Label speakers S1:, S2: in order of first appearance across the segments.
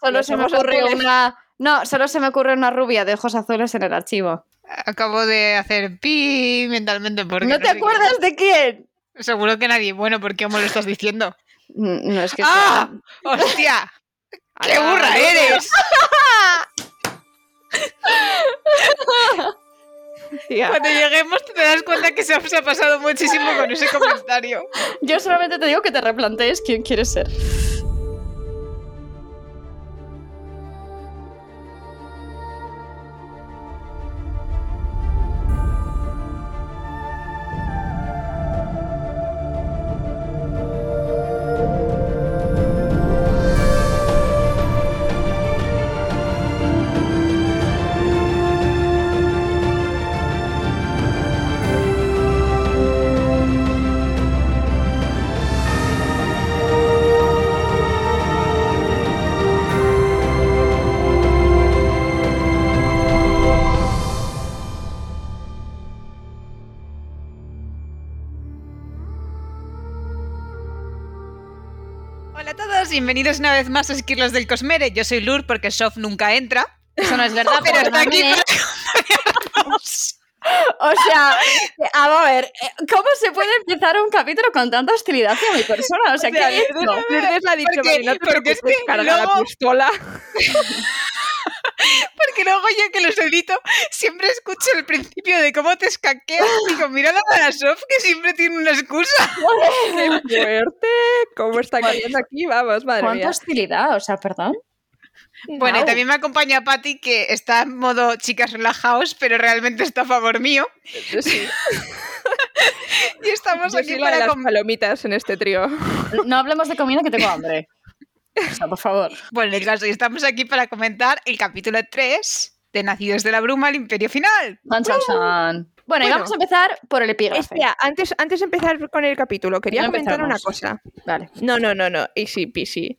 S1: Solo se me ocurre una. No, solo se me ocurre una rubia de ojos azules en el archivo.
S2: Acabo de hacer pi mentalmente porque.
S1: ¿No te
S2: sé
S1: acuerdas de quién?
S2: qué- Seguro que nadie. Bueno, ¿por qué me lo estás diciendo?
S1: Mm, No es que.
S2: ¡Ah! ¡Hostia! ¡Qué
S1: Ala,
S2: burra
S1: boludo.
S2: eres!
S1: sea- Tía,
S2: Cuando lleguemos te das cuenta que se ha, se ha pasado muchísimo con ese comentario.
S1: Yo solamente te digo que te replantees quién quieres ser.
S2: Hola a todos, bienvenidos una vez más a Esquirlos del Cosmere. Yo soy Lur porque Sof nunca entra.
S3: Eso no es verdad,
S2: Ah, Pero está aquí
S3: perdóname.
S2: para acompañarnos.
S1: O sea, eh, a ver, eh, ¿cómo se puede empezar un capítulo con tanta hostilidad hacia mi persona? O sea, ¿qué es esto?
S4: Lourdes la ha dicho,
S2: Porque-
S4: "Mari, no te
S2: porque es
S4: preocupes,
S2: que
S4: carga la
S2: luego-
S4: pistola.
S2: Porque luego yo que los edito siempre escucho el principio de cómo te escaqueas y digo, mirad a la Sof que siempre tiene una excusa.
S4: ¡Qué fuerte! ¿Cómo está cayendo aquí? Vamos, madre
S1: ¿Cuánta
S4: mía.
S1: hostilidad? O sea, perdón.
S2: Bueno, y
S1: Au.
S2: también me acompaña Patty que está en modo chicas relajaos, pero realmente está a favor mío.
S4: Yo sí,
S2: Y estamos
S4: yo
S2: aquí
S4: soy la de
S2: para...
S4: las
S2: com-
S4: palomitas en este trío.
S1: No hablemos de comida que tengo hambre. O sea, por favor.
S2: Bueno, el caso, y estamos aquí para comentar el capítulo 3 de Nacidos de la Bruma, el Imperio Final.
S1: Chan, chan, chan. Uh. Bueno, y
S4: Bueno.
S1: vamos a empezar por el epígrafe.
S4: Hostia, antes, antes de empezar con el capítulo, quería
S1: No
S4: comentar una
S1: empezamos.
S4: cosa.
S1: Vale.
S4: No, no, no, no, easy peasy.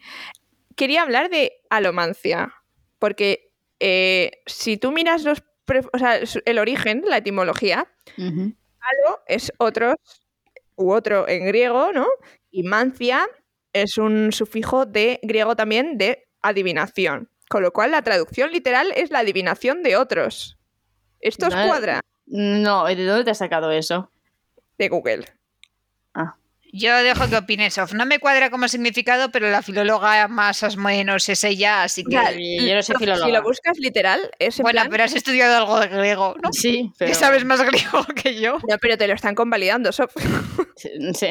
S4: Quería hablar de alomancia, porque eh, si tú miras los pre- o sea, su- el origen, la etimología, alo es otros u otro en griego, ¿no? Y mancia es un sufijo de griego también de adivinación. Con lo cual la traducción literal es la adivinación de otros. Esto os
S1: Vale.
S4: cuadra
S1: No, ¿y ¿de dónde te has sacado eso?
S4: de Google.
S2: Yo dejo que opine Sof. No me cuadra como significado, pero la filóloga más o menos es ella, así que...
S4: Ya,
S1: Y yo no soy
S4: Si lo
S1: filóloga.
S4: buscas literal, es en
S2: Bueno,
S4: plan-
S2: pero has estudiado algo de griego, ¿no?
S1: Sí,
S2: Que
S1: pero...
S2: sabes más griego que yo.
S4: No, pero te lo están convalidando, Sof,
S1: Sí.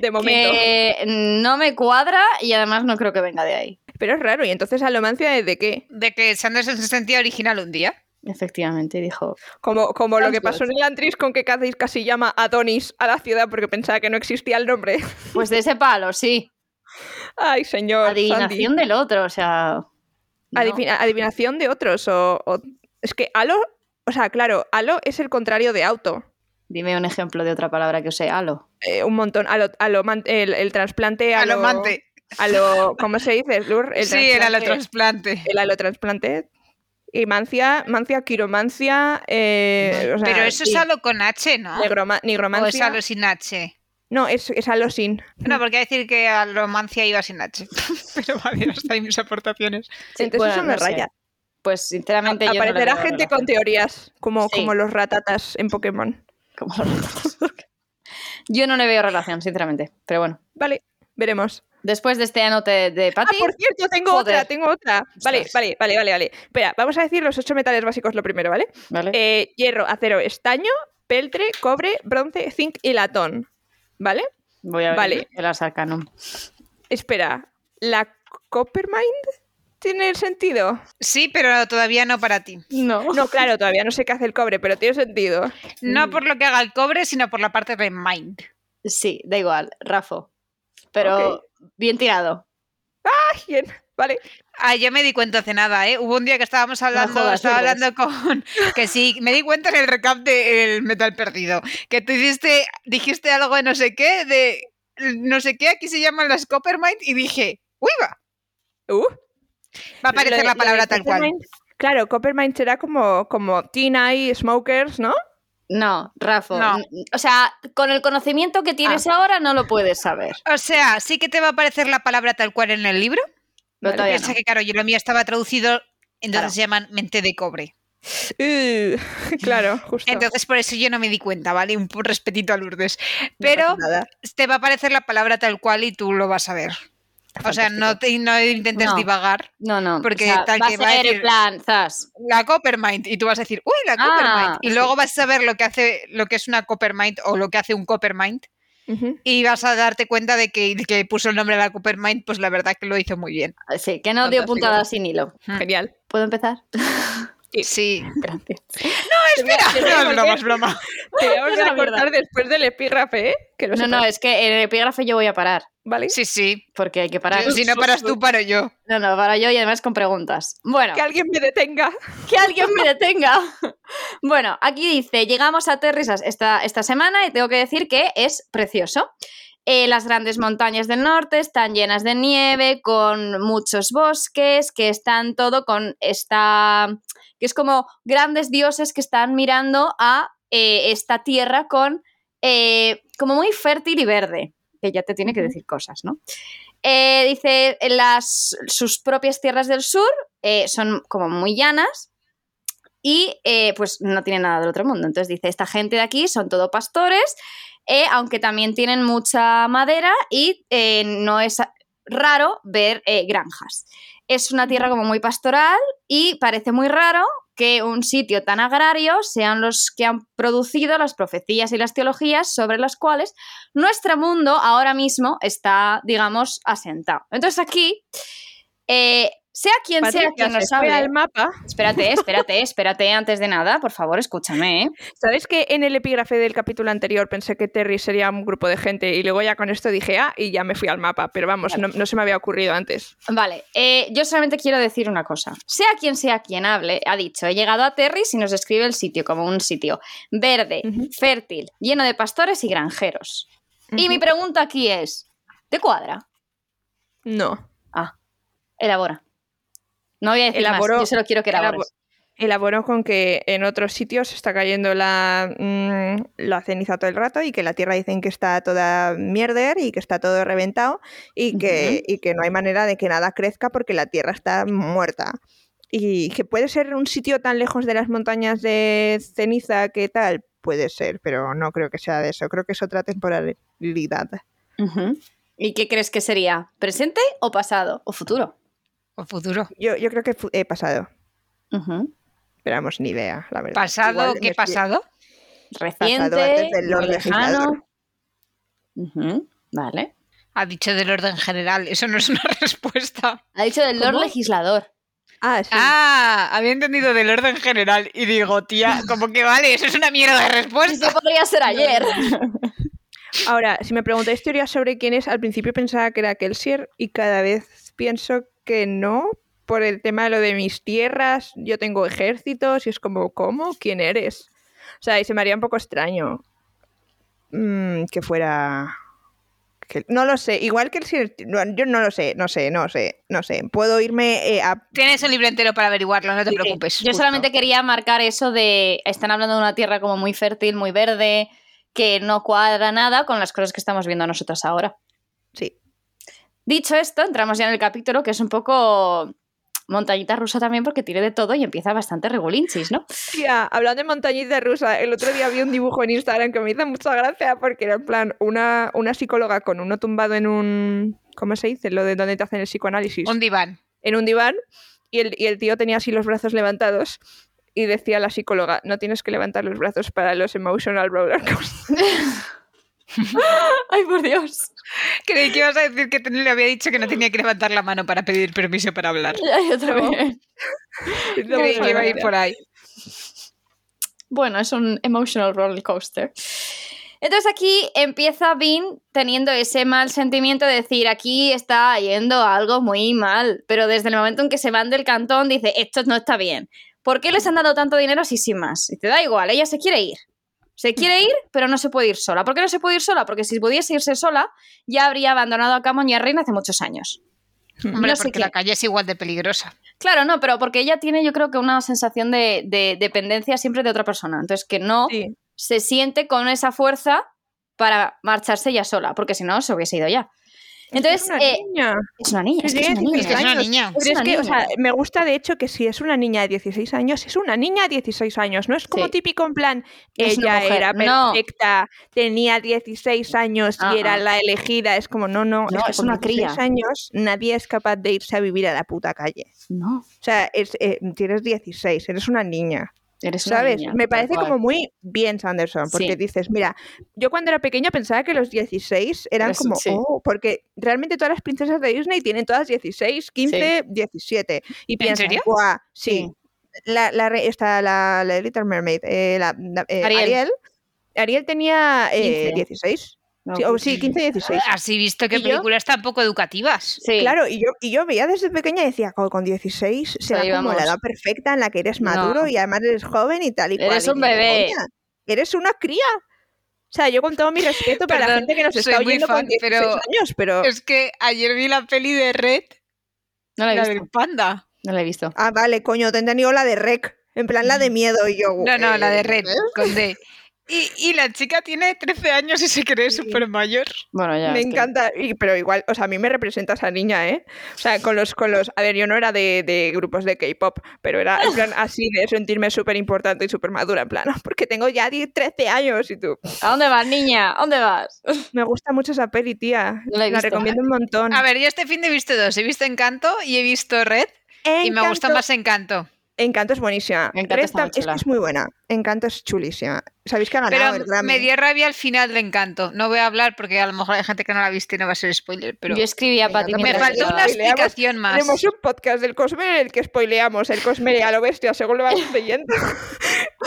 S4: de momento.
S1: que no me cuadra y además no creo que venga de ahí.
S4: Pero es raro, ¿y entonces alomancia es de qué?
S2: De que Sanderson se sentía original un día.
S1: Efectivamente, y dijo...
S4: Como, como lo que
S1: Santos.
S4: pasó en el Antris con que Cáceres casi llama Adonis a la ciudad porque pensaba que no existía el nombre.
S1: Pues de ese palo, sí.
S4: Ay, señor. Sandy.
S1: Adivinación del otro, o sea... no.
S4: Adivina- Adivinación de otros. O, o- Es que halo, o sea, claro, halo es el contrario de auto.
S1: Dime un ejemplo de otra palabra que use halo.
S4: Eh, un montón. Alo, aloman- el, el trasplante. Alo,
S2: Alomante.
S4: alo- ¿Cómo se dice, Lur? El
S2: sí, era lo
S4: trasplante-
S2: trasplante.
S4: El alotransplante. Y mancia, mancia, quiromancia. eh, o sea,
S2: pero eso
S4: sí.
S2: es algo con H, ¿no? O
S4: Negroma-
S2: es
S4: nigromancia.
S2: algo sin H.
S4: No, es, es halo sin.
S2: No, porque decir que a romancia iba sin H. Pero vale, hasta ahí mis aportaciones.
S4: Entonces
S1: bueno,
S4: eso me
S1: no sé.
S4: raya.
S1: Pues sinceramente yo no le
S4: Aparecerá
S1: veo
S4: gente
S1: relación.
S4: con teorías, como,
S1: Sí.
S4: como los ratatas en Pokémon.
S1: Como los ratones. Yo no le veo relación, sinceramente. Pero bueno.
S4: Vale, veremos.
S1: Después de este anote de
S4: Ah,
S1: Patty.
S4: por cierto, tengo
S1: Joder.
S4: otra, tengo otra. Vale,
S1: Ostras.
S4: vale, vale, vale, vale. Espera, vamos a decir los ocho metales básicos lo primero, ¿vale?
S1: ¿vale?
S4: Eh, hierro, acero, estaño, peltre, cobre, bronce, zinc y latón. ¿Vale?
S1: Voy a ver
S4: vale.
S1: el Arcanum.
S4: Espera, ¿la Coppermind tiene sentido?
S2: Sí, pero todavía no para ti.
S1: No.
S4: No, claro, todavía no sé qué hace el cobre, pero tiene sentido.
S2: No por lo que haga el cobre, sino por la parte de mind.
S1: Sí, da igual, Rafo. Pero
S4: Ok.
S1: bien tirado.
S4: Bien, vale.
S2: Ah, yo me di cuenta hace nada, ¿eh? Hubo un día que estábamos hablando,
S1: jodas,
S2: estaba
S1: Lourdes.
S2: hablando con... Que sí, me di cuenta en el recap del metal perdido. Que tú hiciste, dijiste algo de no sé qué, de no sé qué, aquí se llaman las Coppermine, y dije, uy, va,
S4: Uh.
S2: va a aparecer
S4: Lo de-
S2: la
S4: lo
S2: palabra
S4: de
S2: tal cual.
S4: Coppermine- Claro, Coppermine será como, como Tina y Smokers, ¿no?
S1: No, Rafo.
S2: No. Ah.
S1: n- O sea, con el conocimiento que tienes ahora no lo puedes saber.
S2: O sea, sí que te va a aparecer la palabra tal cual en el libro,
S4: No,
S1: Vale,
S4: todavía
S2: Piensa que, claro, yo lo mío estaba traducido, entonces
S1: Claro.
S2: se llaman mente de cobre.
S4: no. Uh, claro, justo.
S2: Entonces, por eso yo no me di cuenta, ¿vale? Un pu- respetito a Lourdes.
S4: No
S2: Pero
S4: pasa nada.
S2: te va a aparecer la palabra tal cual y tú lo vas a ver. O sea, no, te, no intentes
S1: No.
S2: divagar
S1: No, no.
S2: Porque
S1: o sea,
S2: tal
S1: va
S2: que
S1: a
S2: va a
S1: ser en
S2: decir-
S1: plan, zas.
S2: la Coppermind y tú vas a decir, uy, la
S1: Ah,
S2: Coppermind. Y
S1: sí.
S2: luego vas a ver lo que hace, lo que es una Coppermind o lo que hace un Coppermind
S4: Ujú.
S2: y vas a darte cuenta de que el que puso el nombre a la Coppermind, pues la verdad que lo hizo muy bien.
S1: Sí, que no dio
S4: Fantástico.
S1: puntada sin hilo.
S4: Genial.
S1: ¿Puedo empezar?
S4: Sí.
S2: Sí.
S1: Gracias.
S2: Espera,
S4: Te voy a-
S2: no, es broma, es broma.
S4: Te vamos
S1: Es una
S4: a cortar después del epígrafe, ¿eh? Que lo
S1: No, no,
S4: sepas,
S1: es que en el epígrafe yo voy a parar.
S4: ¿vale?
S2: Sí, sí.
S1: Porque hay que parar.
S2: Yo, si no paras tú, paro yo.
S1: No, no, para yo y además con preguntas. Bueno,
S4: Que alguien me detenga.
S1: que alguien me detenga. Bueno, aquí dice, llegamos a Terrisas esta, esta semana y tengo que decir que es precioso. Eh, las grandes montañas del norte están llenas de nieve, con muchos bosques, que están todo con esta... que es como grandes dioses que están mirando a eh, esta tierra con... eh, como muy fértil y verde, que ya te tiene que decir cosas, ¿no? Eh, dice, las, sus propias tierras del sur eh, son como muy llanas y eh, pues no tienen nada del otro mundo. Entonces dice, esta gente de aquí son todo pastores, eh, aunque también tienen mucha madera y eh, no es raro ver eh, granjas. Es una tierra como muy pastoral y parece muy raro que un sitio tan agrario sean los que han producido las profecías y las teologías sobre las cuales nuestro mundo ahora mismo está, digamos, asentado. Entonces aquí, eh, sea quien sea
S4: Patricia
S1: quien ¿eh? nos
S4: se fue
S1: hable...
S4: al mapa.
S1: Espérate, espérate, espérate, antes de nada, por favor, escúchame. ¿eh?
S4: ¿Sabes que en el epígrafe del capítulo anterior pensé que Terry sería un grupo de gente y luego ya con esto dije, ah, y ya me fui al mapa, pero vamos, no, no se me había ocurrido antes.
S1: Vale, eh, yo solamente quiero decir una cosa. Sea quien sea quien hable, ha dicho, he llegado a Terris y nos describe el sitio como un sitio verde,
S4: Ujú.
S1: fértil, lleno de pastores y granjeros. Y
S4: Ujú.
S1: mi pregunta aquí es, ¿te cuadra?
S4: No.
S1: Ah, elabora. No voy a decir
S4: Elaboró-
S1: más, yo solo quiero que elabores.
S4: elabo- Elaboró con que en otros sitios está cayendo la, mm, la ceniza todo el rato y que la tierra dicen que está toda mierder y que está todo reventado y que, y que no hay manera de que nada crezca porque la tierra está muerta. Y que puede ser un sitio tan lejos de las montañas de ceniza que tal, puede ser, pero no creo que sea de eso, creo que es otra temporalidad.
S1: Ujú. ¿Y qué crees que sería? ¿Presente o pasado o futuro?
S2: O futuro.
S4: Yo, yo creo que fu- he pasado,
S1: Ujú.
S4: pero vamos, ni idea, la verdad.
S2: ¿Pasado?
S4: Igual me
S2: ¿Qué
S4: estoy-
S2: pasado?
S1: Reciente,
S4: antes del
S1: muy
S4: Lord
S1: lejano. Ujú, Vale.
S2: Ha dicho del orden general. Eso no es una respuesta.
S1: Ha dicho del Lord
S4: ¿Cómo?
S1: Legislador.
S4: Ah, sí.
S2: Ah, había entendido del orden general. Y digo, tía, como que vale, eso es una mierda de
S1: Eso
S2: respuesta.
S1: podría ser ayer.
S4: Ahora, si me preguntáis teorías sobre quién es, al principio pensaba que era Kelsier y cada vez pienso que no, por el tema de lo de mis tierras, yo tengo ejércitos y es como, ¿cómo? ¿Quién eres? O sea, y se me haría un poco extraño mm, que fuera... que- No lo sé, igual que yo no lo sé, no sé, no sé, no sé. Puedo irme eh, a...
S2: Tienes un libro entero para averiguarlo, no te preocupes.
S1: Yo solamente quería marcar eso de. Están hablando de una tierra como muy fértil, muy verde, que no cuadra nada con las cosas que estamos viendo nosotros ahora.
S4: Sí.
S1: Dicho esto, entramos ya en el capítulo que es un poco montañita rusa también porque tiene de todo y empieza bastante regulinchis, ¿no?
S4: Tía, hablando de montañita rusa, el otro día vi un dibujo en Instagram que me hizo mucha gracia porque era en plan una, una psicóloga con uno tumbado en un. ¿Cómo se dice? Lo de donde te hacen el psicoanálisis.
S2: Un diván.
S4: En un diván y el, y el tío tenía así los brazos levantados y decía la psicóloga: No tienes que levantar los brazos para los emotional roller coasters".
S1: Ay, por Dios.
S2: Creí que ibas a decir que te- le había dicho que no tenía que levantar la mano para pedir permiso para hablar.
S1: Ya, yo también.
S4: Hizo
S2: Creí
S4: mucha
S2: que iba a ir
S4: gracia.
S2: por ahí.
S1: Bueno, es un emotional roller coaster. Entonces aquí empieza Vin teniendo ese mal sentimiento de decir, aquí está yendo algo muy mal, pero desde el momento en que se van del cantón dice, esto no está bien. ¿Por qué les han dado tanto dinero así sin más? Y te da igual, ella se quiere ir. Se quiere ir, pero no se puede ir sola. ¿Por qué no se puede ir sola? Porque si pudiese irse sola, ya habría abandonado a Camon y a Reina hace muchos años.
S2: Hombre,
S1: No sé
S2: porque
S1: qué.
S2: la calle es igual de peligrosa.
S1: Claro, no, pero porque ella tiene yo creo que una sensación de, de dependencia siempre de otra persona. Entonces que no
S4: Sí.
S1: se siente con esa fuerza para marcharse ya sola, porque si no se hubiese ido ya. Entonces,
S4: es una
S1: eh,
S4: niña.
S1: es una niña, es que es una
S4: Tiene
S1: niña.
S4: 16
S2: Es que es una
S1: años.
S2: niña.
S1: Es
S4: Pero es
S1: una
S4: que, o
S1: niña.
S4: sea, me gusta de hecho que si es una niña de 16 años, es una niña de 16 años. No es como
S1: Sí.
S4: típico en plan,
S1: Es una
S4: ella
S1: mujer,
S4: era
S1: no.
S4: perfecta, tenía 16 años
S1: Ah,
S4: y era
S1: ah.
S4: la elegida. Es como, no, no,
S1: No,
S4: que
S1: es
S4: con
S1: una
S4: 16
S1: cría.
S4: años nadie es capaz de irse a vivir a la puta calle.
S1: No,
S4: O sea, es, eh, tienes 16, eres una niña.
S1: eres una
S4: ¿Sabes?
S1: niña,
S4: Me
S1: tal
S4: parece
S1: cual.
S4: como muy bien Sanderson, porque
S1: Sí.
S4: dices, mira, yo cuando era pequeña pensaba que los 16 eran
S1: Eso,
S4: como,
S1: sí.
S4: oh, porque realmente todas las princesas de Disney tienen todas 16, 15, 17. Y piensas,
S2: serio?
S4: guau, sí.
S1: Sí.
S4: La, la, re- esta, la, la de Little Mermaid, eh, la, la- eh, Ariel.
S1: Ariel.
S4: Ariel. tenía eh,
S1: 15.
S4: 16.
S1: No,
S4: Sí, o sí, 15, 16.
S2: Así visto
S4: ¿Y
S2: que
S4: yo?
S2: películas tan poco educativas.
S1: Sí.
S4: Claro, y yo, y yo veía desde pequeña y decía, "Jo, con 16 será
S1: Ahí
S4: como la
S1: vamos.
S4: edad perfecta en la que eres
S1: No.
S4: maduro y además eres joven y tal y cual.
S1: Eres
S4: Y
S1: un
S4: digo,
S1: bebé.
S4: "Coña, eres una cría. O sea, yo con todo mi respeto para la
S2: Perdón,
S4: gente que nos está
S2: soy muy
S4: oyendo con
S2: fan,
S4: 16
S2: pero
S4: años, pero...
S2: Es que ayer vi la peli de Red,
S1: No la he
S2: la
S1: visto.
S2: del panda.
S1: No la he visto.
S4: Ah, vale, coño, te he entendido la de rec. En plan, la de miedo y yo...
S2: No, no, la de
S4: eh,
S2: Red, con D. Y, y la chica tiene 13 años y se cree
S4: Sí.
S2: súper mayor.
S1: Bueno, ya.
S4: Me
S1: es que-
S4: encanta, y- pero igual, o sea, a mí me representa esa niña, ¿eh? O sea, con los, con los, a ver, yo no era de, de grupos de K-pop, pero era en plan así de sentirme súper importante y súper madura, en plan, "Ah, porque tengo ya 10, 13 años y tú.
S1: ¿A dónde vas, niña? ¿A dónde vas?
S4: Me gusta mucho esa peli, tía.
S1: No la he visto. ¿eh?
S4: recomiendo un montón.
S2: A ver, yo este fin de he visto dos. He visto Encanto y he visto Red. Y me gusta
S4: Encanto-
S2: más Encanto.
S4: Encanto es buenísima.
S1: Encanto
S4: Red
S1: está muy
S4: tam- es que
S1: chula.
S4: es muy buena. Encanto es chulísima. Sabéis que ha ganado el
S2: Pero
S4: Grammy.
S2: me dio rabia al final de Encanto. No voy a hablar porque a lo mejor hay gente que no la ha visto y no va a ser spoiler. Pero
S1: Yo escribí a
S4: Me
S1: Pati
S4: encanta.
S2: me
S1: mientras
S2: faltó
S1: lloraba.
S2: una
S4: Spoileamos-
S2: explicación más.
S4: Tenemos un podcast del Cosmere en el que spoileamos el Cosmere a lo bestia según lo vamos leyendo.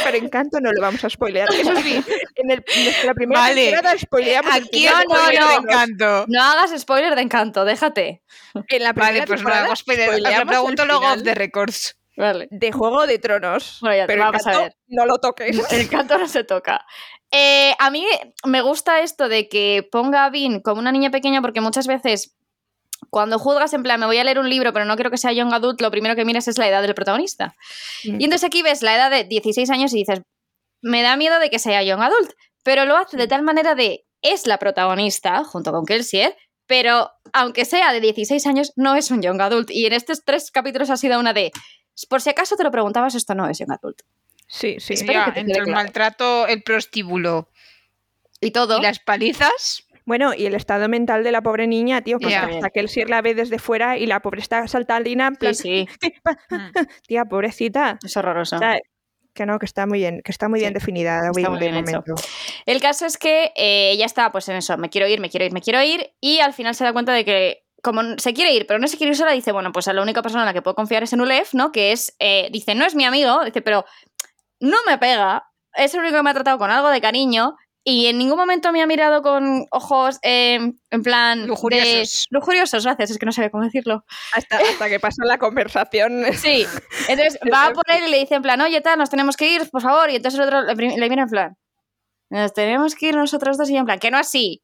S4: Pero Encanto no lo vamos a spoilear. Eso sí, en el, en nuestra primera
S2: Vale.
S4: temporada spoileamos el
S2: Aquí
S4: final
S1: no, no.
S4: de
S2: no,
S4: Encanto.
S2: Encanto.
S1: No hagas spoiler de encanto, déjate.
S4: En la primera
S2: Vale, pues no
S4: temporada
S2: hago spoiler. Os lo
S4: spoileamos
S2: pregunto
S4: el
S2: luego
S4: final
S2: off the records.
S1: Vale.
S4: de Juego de Tronos.
S1: Bueno, ya te
S4: pero
S1: vamos a
S4: Encanto,
S1: ver.
S4: no lo toques.
S1: El canto no se toca. Eh, a mí me gusta esto de que ponga a Vin como una niña pequeña porque muchas veces cuando juzgas en plan me voy a leer un libro pero no quiero que sea young adult, lo primero que miras es la edad del protagonista.
S4: Mm.
S1: Y entonces aquí ves la edad de 16 años y dices me da miedo de que sea young adult, pero lo hace de tal manera de es la protagonista junto con Kelsier, pero aunque sea de 16 años no es un young adult y en estos tres capítulos ha sido una de por si acaso te lo preguntabas esto no es young adult.
S4: Sí, sí.
S1: Espero
S2: Ya,
S1: que te quede
S2: entre el
S1: claro.
S2: maltrato, el prostíbulo
S1: Y todo.
S2: y las palizas.
S4: Bueno, y el estado mental de la pobre niña, tío, que
S2: Ya.
S4: hasta que el Sir la ve desde fuera y la pobre está saltandina, en plan,
S1: Sí, sí, Mm.
S4: tía, pobrecita.
S1: es horroroso.
S4: O sea, que no, que está muy bien, que está muy bien
S1: Sí.
S4: definida
S1: Está
S4: Win
S1: muy
S4: de
S1: bien hecho.
S4: momento.
S1: El caso es que eh, ella está pues en eso, me quiero ir, me quiero ir, me quiero ir y al final se da cuenta de que como n- se quiere ir, pero no se quiere ir sola, dice, bueno, pues a la única persona en la que puedo confiar es en Ulef, ¿no? Que es, eh, dice, no es mi amigo, dice, pero no me pega, es el único que me ha tratado con algo de cariño y en ningún momento me ha mirado con ojos eh, en plan... de-
S2: Lujuriosos.
S1: lujuriosos, gracias, es que no sabía cómo decirlo.
S4: Hasta, hasta que pasa la conversación.
S1: Sí, entonces va a por él y le dice en plan, oye, tal, nos tenemos que ir, por favor. Y entonces el otro le prim- le mira en plan, nos tenemos que ir nosotros dos y ella en plan, que no así.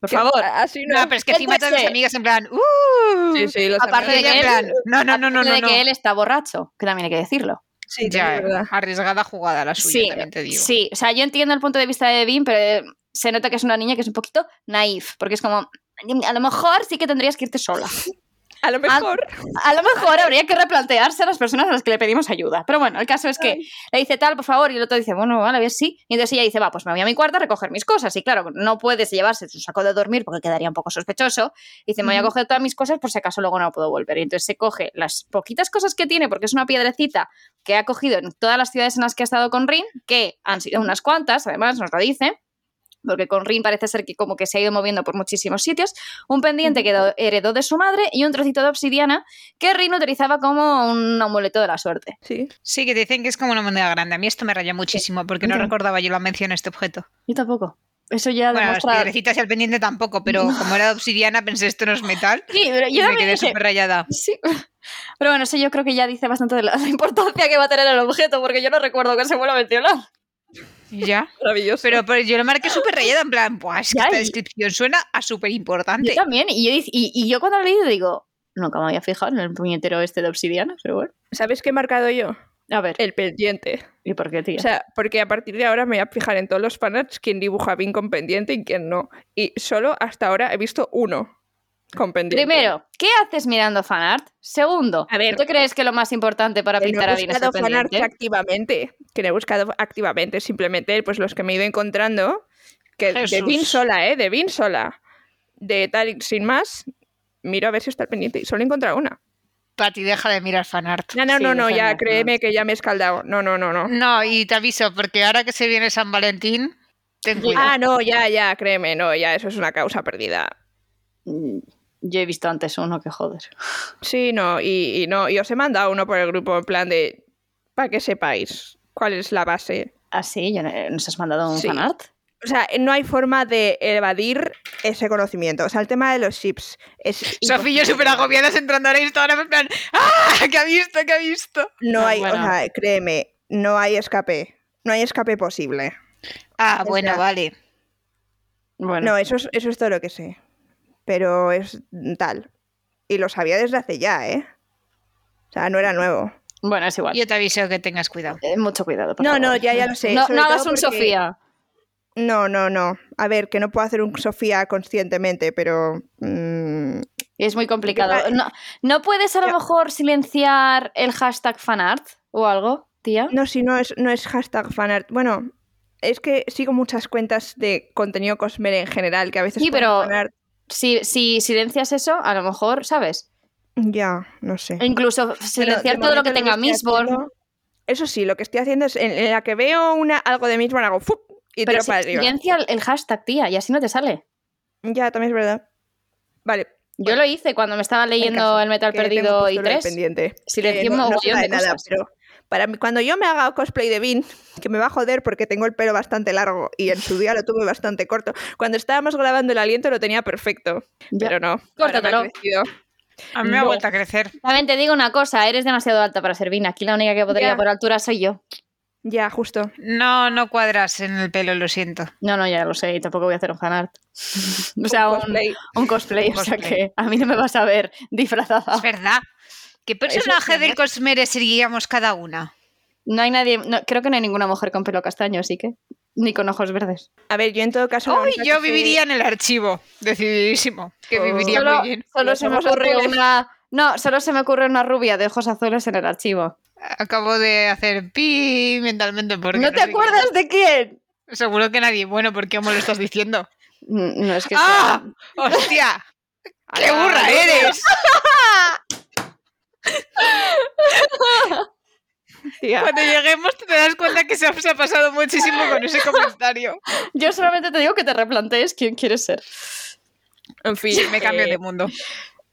S1: Por
S4: Que-
S1: favor.
S4: Así no.
S2: No, pero es que encima todas las
S1: Entonces,
S2: amigas en plan. ¡uh!
S4: Sí, sí, los
S1: aparte
S4: amigos
S1: de
S2: Ella en
S1: que
S4: ya-
S2: plan, No, no, no, no,
S1: Aparte
S2: no.
S1: de
S2: no.
S1: que él está borracho, que también hay que decirlo.
S4: Sí,
S2: Ya,
S4: es verdad.
S2: arriesgada jugada la suya, también te digo.
S1: sí, o sea, yo entiendo el punto de vista de Vin, pero eh, se nota que es una niña que es un poquito naif, porque es como, a lo mejor sí que tendrías que irte sola.
S4: A lo mejor.
S1: A lo mejor habría que replantearse a las personas a las que le pedimos ayuda. Pero bueno, el caso es que le dice tal, por favor, y el otro dice, bueno, vale, a ver si. Y entonces ella dice, va, pues me voy a mi cuarto a recoger mis cosas. Y claro, no puedes llevarse su saco de dormir porque quedaría un poco sospechoso. Y dice, me voy a
S4: Ujú.
S1: coger todas mis cosas por si acaso luego no puedo volver. Y entonces se coge las poquitas cosas que tiene, porque es una piedrecita que ha cogido en todas las ciudades en las que ha estado con Rin, que han sido unas cuantas, además nos lo dice. Porque con Rin parece ser que como que se ha ido moviendo por muchísimos sitios. Un pendiente que do- heredó de su madre y un trocito de obsidiana que Rin utilizaba como un amuleto de la suerte.
S4: Sí.
S2: Sí, que te dicen que es como una moneda grande. A mí esto me raya muchísimo porque no
S4: Ya.
S2: recordaba yo la mención a este objeto.
S1: Yo tampoco. Eso ya
S2: Bueno, las
S1: demuestra.
S2: piedrecitas y el pendiente tampoco, pero como era de obsidiana pensé esto no es metal
S1: Sí, pero
S2: y
S1: yo
S2: me
S1: también
S2: quedé
S1: dije-
S2: súper rayada.
S1: Sí. Pero bueno, eso yo creo que ya dice bastante de la la importancia que va a tener el objeto, porque yo no recuerdo que se vuelva a mencionar.
S2: Ya.
S4: Maravilloso.
S2: Pero, pero yo lo marqué súper rayada en plan, Buah, es que
S1: Ya,
S2: esta
S1: y-
S2: descripción suena a súper
S1: Yo
S2: importante.
S1: también. Y yo, dic- y, y yo cuando lo he leído digo, nunca me había fijado en el puñetero este de obsidiana, pero bueno.
S4: ¿Sabes qué he marcado yo?
S1: A ver,
S4: El pendiente.
S1: ¿y por qué, tío?
S4: O sea, porque a partir de ahora me voy a fijar en todos los fanarts quién dibuja bien con pendiente y quién no. Y solo hasta ahora he visto uno. con pendiente.
S1: Primero, ¿qué haces mirando fanart? Segundo,
S4: A ver.
S1: ¿tú crees que lo más importante para
S4: Que no
S1: pintar
S4: he
S1: a bien es el
S4: buscado fanart
S1: pendiente?
S4: activamente. Que no he buscado activamente, simplemente pues los que me he ido encontrando. Que de
S2: Jesús.
S4: Vin sola, ¿eh? De Vin sola. De tal y sin más. Miro a ver si está al pendiente. Y solo he encontrado una.
S2: Pati, deja de mirar fanart.
S4: No, no,
S1: Sí,
S4: no, no,
S1: déjame
S4: ya
S1: hacer
S4: créeme que ya me he escaldado. No, no, no, no.
S2: No, y te aviso, porque ahora que se viene San Valentín, ten cuidado.
S4: Ah, no, ya, ya, créeme, no, ya, eso es una causa perdida.
S1: Mm, Yo he visto antes uno que joder.
S4: Sí, no, y, y no, y os he mandado uno por el grupo en plan de para que sepáis cuál es la base.
S1: Ah, sí, yo no- nos has mandado un
S4: Sí.
S1: fanart.
S4: O sea, no hay forma de evadir ese conocimiento. O sea, el tema de los chips es
S2: Sofía,
S4: imposible.
S2: súper agobiadas entrando ahora en Instagram en plan, ¡ah! ¿Qué ha visto? ¿Qué ha visto?
S4: No hay, o
S1: Bueno.
S4: sea, créeme, no hay escape. No hay escape posible.
S2: Ah,
S4: Es
S2: bueno,
S4: verdad.
S2: vale.
S1: Bueno,
S4: No, eh, eso es, eso es todo lo que sé. Pero es tal. Y lo sabía desde hace ya, ¿eh? O sea, no era nuevo.
S1: bueno, es igual.
S2: Yo te aviso que tengas cuidado.
S1: Eh, mucho cuidado. por
S4: No,
S1: favor.
S4: no, ya, ya lo sé.
S1: No,
S4: Sobre
S1: no
S4: todo
S1: hagas un
S4: porque-
S1: Sofía.
S4: No, no, no. A ver, que no puedo hacer un Sofía conscientemente, pero. mm,
S1: Es muy complicado.
S4: Yo-
S1: No, ¿no puedes a lo
S4: Ya.
S1: mejor silenciar el hashtag fanart o algo, tía?
S4: no, si no es, no es hashtag fanart. Bueno, es que sigo muchas cuentas de contenido cosmere en general, que a veces.
S1: Sí,
S4: ponen
S1: pero-
S4: fanart.
S1: Si, si silencias eso, a lo mejor, ¿sabes?
S4: Ya, no sé.
S1: O Incluso
S4: Pero
S1: silenciar
S4: de
S1: todo lo
S4: momento
S1: que tenga
S4: estoy
S1: Mistborn.
S4: haciendo- Eso sí, lo que estoy haciendo es en, en la que veo una, algo de Mistborn hago ¡fup! y
S1: Pero
S4: tiro para
S1: si-
S4: arriba.
S1: silencia el- el hashtag, tía, y así no te sale.
S4: Ya, también es verdad. Vale.
S1: Yo lo hice cuando me estaba leyendo
S4: caso,
S1: el Metal
S4: que tengo
S1: Perdido
S4: puesto
S1: y
S4: lo del
S1: 3.
S4: pendiente.
S1: Silencié
S4: Eh,
S1: un
S4: no, no
S1: mogollón
S4: se
S1: de
S4: sabe nada,
S1: cosas.
S4: pero para mí, cuando yo me haga cosplay de Vin, que me va a joder porque tengo el pelo bastante largo y en su día lo tuve bastante corto. Cuando estábamos grabando el aliento lo tenía perfecto,
S1: Ya.
S4: pero no. ahora me ha
S1: Córtatelo.
S4: crecido.
S2: A mí me ha
S4: No.
S2: vuelto a crecer.
S1: También te digo una cosa, eres demasiado alta para ser Vina. Aquí la única que podría
S4: Ya.
S1: por altura soy yo.
S4: Ya, justo.
S2: No, no cuadras en el pelo, lo siento.
S1: No, no, ya lo sé, y tampoco voy a hacer un fanart. o sea, un,
S4: cosplay.
S1: un cosplay,
S2: Un
S1: o sea
S2: cosplay.
S1: que a mí no me vas a ver disfrazada.
S2: Es verdad. ¿Qué
S4: es
S2: personaje del
S4: verdad.
S2: Cosmere seríamos cada una?
S1: No hay nadie, no- creo que no hay ninguna mujer con pelo castaño, así que, ni con ojos verdes.
S4: A ver, yo en todo caso. la
S2: Uy,
S4: única
S2: yo
S4: que sé-
S2: viviría en el archivo, decididísimo. Que
S4: Oh.
S2: viviría
S1: solo
S2: muy bien.
S1: solo
S4: Los
S1: se me
S4: ojos
S1: ocurre
S4: azules.
S1: una... No, solo se me ocurre una rubia de ojos azules en el archivo.
S2: Acabo de hacer pi mentalmente porque.
S1: ¿No te
S2: sé qué-
S1: acuerdas de quién?
S2: Seguro que nadie. Bueno, ¿por qué me lo estás diciendo?
S1: Mm, No, es que...
S2: ¡Ah! ¡Hostia! ¡Qué
S4: Ahora,
S2: burra
S4: yo-
S2: eres!
S4: Tía,
S2: Cuando lleguemos te das cuenta que se ha, se ha pasado muchísimo con ese comentario.
S1: Yo solamente te digo que te replantees quién quieres ser.
S4: En fin,
S2: Me cambio
S4: eh,
S2: de mundo.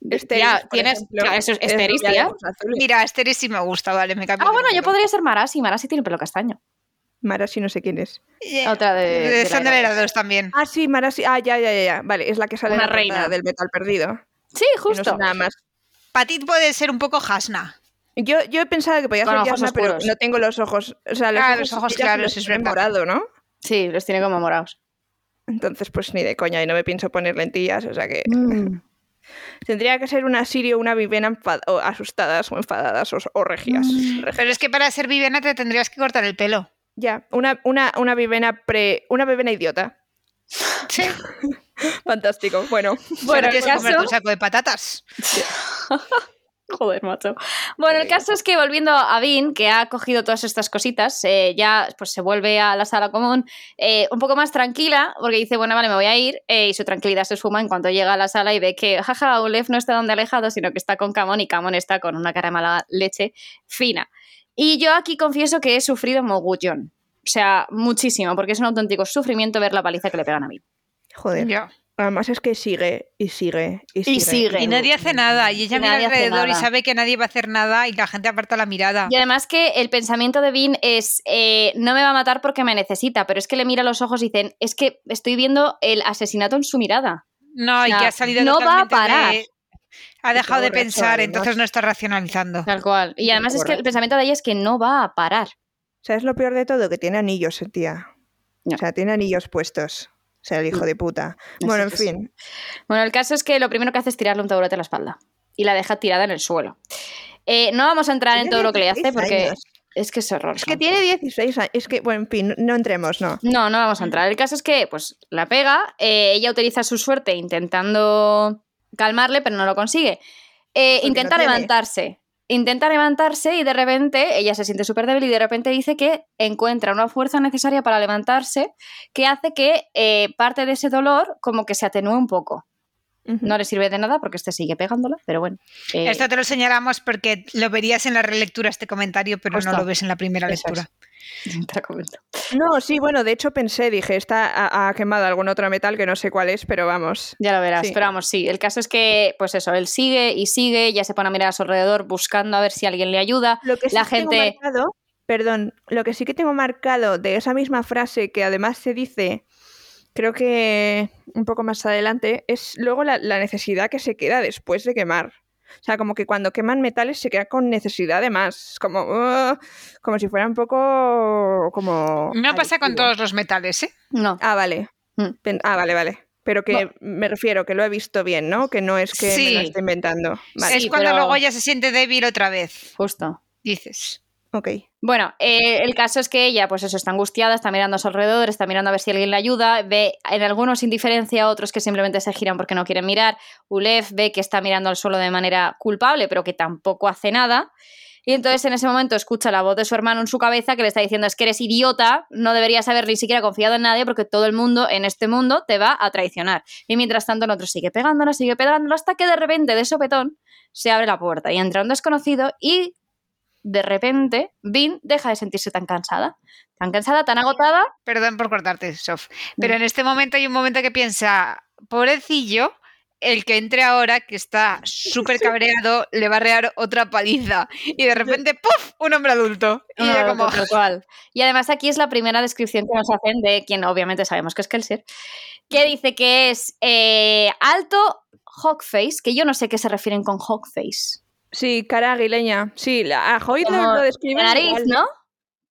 S4: Esteris,
S1: Ya,
S4: por
S1: tienes-
S4: ejemplo,
S1: claro, eso es
S4: es
S1: Esteris,
S4: rubia de
S1: tía.
S4: ojos azules.
S2: Mira, Esther sí me gusta, vale, me cambio
S1: Ah,
S2: de
S1: bueno, yo
S2: mundo.
S1: podría ser Marasi. Marasi tiene pelo castaño.
S4: Mara, sí, no sé quién es.
S2: Yeah.
S1: Otra de-
S2: Eh, De,
S1: de la
S2: Sandra
S1: era
S2: era dos también.
S4: Ah, sí, Mara, sí. Ah, ya, ya, ya, ya. Vale, es la que sale en
S1: Una
S4: la portada
S1: reina.
S4: del metal perdido.
S1: Sí,
S4: que no sé
S1: justo.
S4: nada más.
S2: Patit puede ser un poco Hasna.
S4: Yo, yo pensaba que podía
S1: Con
S4: ser
S1: ojos
S4: Yasna, pero
S1: oscuros.
S4: no tengo los ojos. O sea, los
S2: Ah,
S4: ojos,
S2: los ojos
S4: ella se
S2: claros,
S4: los
S2: es
S4: pone
S2: verdad.
S4: morado, ¿no?
S1: Sí, los tiene como morados.
S4: Entonces, pues ni de coña, y no me pienso poner lentillas, o sea que. Tendría que ser una Sirio o una Vivena enfad- o asustadas o enfadadas o, o regias. Regias.
S2: Pero es que para ser Vivena te tendrías que cortar el pelo.
S4: Ya, una, una, una Vivena pre. Una Vivena idiota.
S2: Sí.
S4: Fantástico. Bueno,
S1: Bueno,
S2: Bueno,
S1: el
S2: tienes que comerte
S1: caso...
S2: un saco de patatas.
S1: Joder, macho. Bueno, el caso es que volviendo a Vin, que ha cogido todas estas cositas, eh, ya pues se vuelve a la sala común eh, un poco más tranquila, porque dice, bueno, vale, me voy a ir, eh, y su tranquilidad se esfuma en cuanto llega a la sala y ve que, jaja, Ulef no está donde alejado, sino que está con Camón y Camón está con una cara de mala leche fina. Y yo aquí confieso que he sufrido mogullón. O sea, muchísimo, porque es un auténtico sufrimiento ver la paliza que le pegan a Vin.
S4: joder.
S2: Ya.
S4: Además es que sigue y sigue y sigue.
S1: sigue.
S2: Y nadie hace nada. Y ella mira
S1: Nadie hace
S2: alrededor y
S1: nada.
S2: sabe que nadie va a hacer nada y la gente aparta la
S4: Ah.
S2: mirada.
S1: Y además que el pensamiento de Vin es, eh, no me va a matar porque me necesita, pero es que le mira a los ojos y dicen, es que estoy viendo el asesinato en su mirada.
S2: No, y
S1: O sea,
S2: ya ha salido
S1: no va a
S2: totalmente
S1: parar.
S2: de- Ha dejado de
S4: borracho,
S2: pensar,
S4: además.
S2: entonces no está racionalizando.
S1: Tal cual. Y además es que el
S4: Correcto.
S1: pensamiento de ella es que no va a parar.
S4: ¿Sabes lo peor de todo? Que tiene anillos, eh, tía.
S1: Ya.
S4: O sea, tiene anillos puestos. O sea, el hijo de puta. Bueno, en
S1: Así que
S4: fin.
S1: Bueno, el caso es que lo primero que hace es tirarle un taburete a la espalda y la deja tirada en el suelo. Eh, no vamos a entrar en
S4: Tiene
S1: todo lo que le hace
S4: 16
S1: porque
S4: años.
S1: es que es horror.
S4: Es que tiene 16 años. Es que, bueno, en fin, no entremos, no.
S1: No, no vamos a entrar. El caso es que, pues, la pega. eh, ella utiliza su suerte intentando calmarle, pero no lo consigue. Eh,
S2: Porque
S1: intenta
S2: no tiene.
S1: levantarse. Intenta levantarse y de repente ella se siente súper débil y de repente dice que encuentra una fuerza necesaria para levantarse que hace que eh, parte de ese dolor como que se atenúe un poco. No le sirve de nada porque este sigue pegándola, pero bueno. eh,
S2: Esto te lo señalamos porque lo verías en la relectura este comentario, pero
S1: Justo.
S2: no lo ves en la primera
S1: Eso es.
S2: lectura.
S1: te comento.
S4: No, sí, bueno, de hecho pensé, dije, está ha, ha quemado algún otro metal que no sé cuál es, pero vamos.
S1: Ya lo verás,
S4: Sí.
S1: pero vamos, sí. El caso es que, pues eso, él sigue y sigue, ya se pone a mirar a su alrededor buscando a ver si alguien le ayuda.
S4: Lo que sí
S1: La
S4: que tengo
S1: gente-
S4: marcado- perdón, lo que sí que tengo marcado de esa misma frase que además se dice, creo que un poco más adelante, es luego la, la necesidad que se queda después de quemar. O sea, como que cuando queman metales se queda con necesidad de más. Como, "Ugh", como si fuera un poco como.
S2: No pasa con
S4: adictivo.
S2: todos los metales, ¿eh?
S1: No.
S4: Ah, vale.
S1: Mm.
S4: Pen- Ah, vale, vale. Pero que me refiero que lo he visto bien, ¿no? Que no es que me lo
S2: Sí.
S4: esté inventando. Vale.
S2: es
S1: Sí,
S2: cuando
S1: pero-
S2: luego ya se siente débil otra vez,
S1: Justo.
S2: dices.
S4: Ok.
S1: Bueno, eh, el caso es que ella, pues eso, está angustiada, está mirando a su alrededor, está mirando a ver si alguien le ayuda, ve en algunos indiferencia, otros que simplemente se giran porque no quieren mirar. Ulef ve que está mirando al suelo de manera culpable, pero que tampoco hace nada. Y entonces en ese momento escucha la voz de su hermano en su cabeza que le está diciendo es que eres idiota, no deberías haber ni siquiera confiado en nadie porque todo el mundo en este mundo te va a traicionar. Y mientras tanto el otro sigue pegándola, sigue pegándola hasta que de repente de sopetón se abre la puerta y entra un desconocido y de repente Vin deja de sentirse tan cansada, tan cansada, tan agotada.
S2: Perdón por cortarte, Sof. Pero
S1: Mm.
S2: en este momento hay un momento que piensa, pobrecillo, el que entre ahora, que está súper cabreado, le va a rear otra paliza. Y de repente, ¡puf! Un hombre adulto. Y
S1: No,
S2: ella
S1: no,
S2: como,
S1: no, tal cual. Y además aquí es la primera descripción que nos hacen de quien obviamente sabemos que es Kelsier, que dice que es eh, alto Hawkface, que yo no sé a qué se refieren con Hawkface.
S4: Sí, cara aguileña. Sí, la, a Hoyt
S1: Como
S4: lo, lo describen
S1: La nariz,
S4: igual.
S1: ¿no?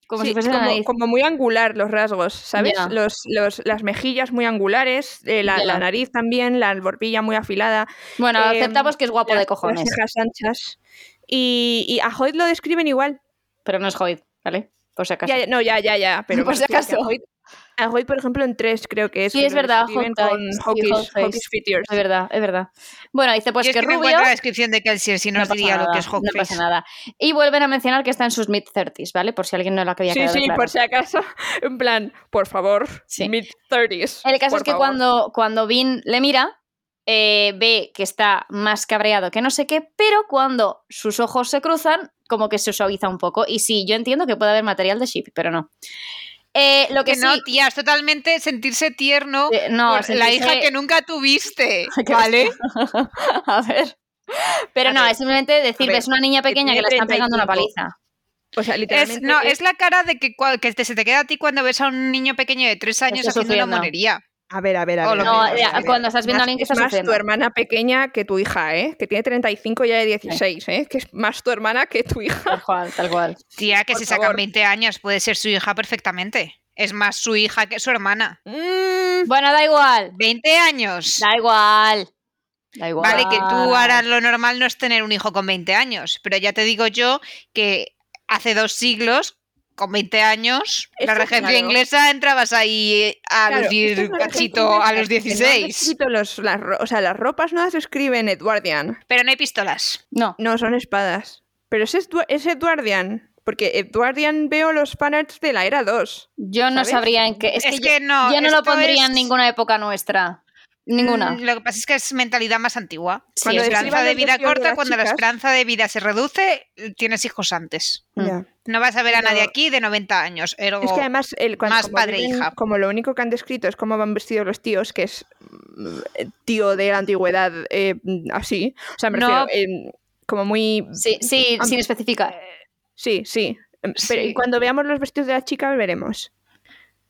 S1: Como
S4: Sí,
S1: si fuese la
S4: como,
S1: nariz.
S4: como muy angular los rasgos, ¿sabes?
S1: Ya.
S4: Los, los- las mejillas muy angulares, eh, la,
S1: Ya.
S4: la nariz también, la alborbilla muy afilada,
S1: Bueno,
S4: em,
S1: aceptamos que es guapo
S4: las,
S1: de cojones,
S4: las cejas anchas. Y, y a Hoyt lo describen igual.
S1: pero no es Hoyt, ¿vale? Por si acaso.
S4: Ya, ya- no, ya, ya, ya. Pero
S1: Por
S4: me
S1: si
S4: refiero que
S1: acaso.
S4: A Hoyt, a Hoyt, por ejemplo, en tres creo que es.
S1: Sí,
S4: que
S1: es
S4: lo
S1: verdad,
S4: describen
S1: Hawkeye,
S4: con
S1: sí,
S4: hawkish,
S1: Hawkeye.
S4: hawkish features.
S1: Es verdad, es verdad. Bueno, dice pues
S2: yo es que
S1: que
S2: no
S1: rubio.
S2: encuentro la descripción de Kelsier, si no, os
S1: pasa
S2: diría lo
S1: nada,
S2: que es
S1: No pasa
S2: Hawkface.
S1: nada. Y vuelven a mencionar que está en sus mid-30s, ¿vale? Por si alguien no lo había
S4: Sí,
S1: quedado
S4: sí,
S1: claro.
S4: por si acaso. En plan, por favor,
S1: Sí.
S4: mid-30s.
S1: El caso
S4: por
S1: es que
S4: favor.
S1: cuando, cuando Vin le mira, eh, ve que está más cabreado que no sé qué, pero cuando sus ojos se cruzan, como que se suaviza un poco. Y sí, yo entiendo que puede haber material de ship, pero no. Eh, lo que,
S2: Que
S1: sí,
S2: no, tía, es totalmente sentirse tierno
S1: eh, no,
S2: por la
S1: sentirse-
S2: hija que nunca tuviste,
S1: Qué
S2: ¿vale?
S1: A ver. Pero
S4: A
S1: no,
S4: ver,
S1: es simplemente decir,
S4: a ver,
S1: ves una niña
S4: que
S1: pequeña que
S4: tiene
S1: le están pegando una
S4: 35.
S1: paliza.
S4: O sea,
S2: Es,
S4: literalmente.
S2: no,
S4: es-
S2: es la cara de que, cua- que te- se te queda a ti cuando ves a un niño pequeño de tres años
S1: está
S2: haciendo
S1: sufriendo.
S2: una monería.
S4: A ver, a ver, a
S2: O
S4: ver.
S2: lo
S4: a
S1: No,
S4: ver,
S1: ya,
S4: a ver.
S1: cuando estás viendo a alguien que
S4: es
S1: está
S4: más
S1: sufriendo.
S4: tu hermana pequeña que tu hija, ¿eh? Que tiene 35 y ya de 16, ¿eh? Que es más tu hermana que tu hija.
S1: Tal cual, tal cual.
S2: Tía, que
S4: Por
S2: si
S4: favor.
S2: sacan 20 años puede ser su hija perfectamente. Es más su hija que su hermana.
S4: Mm,
S1: Bueno, da igual.
S2: 20 años.
S1: Da igual. Ah. Da igual.
S2: Vale, que tú ahora lo normal no es tener un hijo con 20 años, pero ya te digo yo que hace dos siglos, con 20 años, la
S4: Eso,
S2: regencia
S4: claro.
S2: inglesa entrabas ahí a
S4: claro,
S2: los
S4: esto
S2: 10
S4: es una
S2: cachito, a los
S4: que no han
S2: 16.
S4: escrito los- las ro- o sea, las ropas no las escribe en Edwardian.
S2: Pero no hay pistolas.
S1: No.
S4: No, son espadas. Pero es, Edwa- es Edwardian. Porque Edwardian veo los fanarts de la era 2.
S1: Yo no
S4: ¿Sabes?
S1: sabría en qué. Es,
S2: Es,
S1: que,
S2: que, no.
S1: yo, yo no lo
S2: esto
S1: pondría en
S2: es-
S1: ninguna época nuestra. Ninguna.
S2: Mm, Lo que pasa es que es mentalidad más antigua.
S1: Sí,
S2: Cuando
S1: es
S2: la esperanza
S4: verdad.
S2: de vida
S4: Describan el deseo de
S2: corta,
S4: las
S2: cuando la
S4: chicas.
S2: esperanza de vida se reduce, tienes hijos antes.
S4: Hmm.
S1: Ya.
S2: No vas a ver a
S4: Pero-
S2: nadie aquí de 90 años. ergo-
S4: Es que además, el, cuando,
S2: más
S4: como
S2: padre e
S4: viven-
S2: hija.
S4: Como lo único que han descrito es cómo van vestidos los tíos, que es mm, tío de la antigüedad eh, así. O sea, me
S2: No.
S4: refiero, em, como muy.
S1: Sí, sí,
S2: Ah.
S1: sin especificar.
S4: Sí, sí. Em, Pero
S2: Sí.
S4: y cuando veamos los vestidos de las chicas, veremos.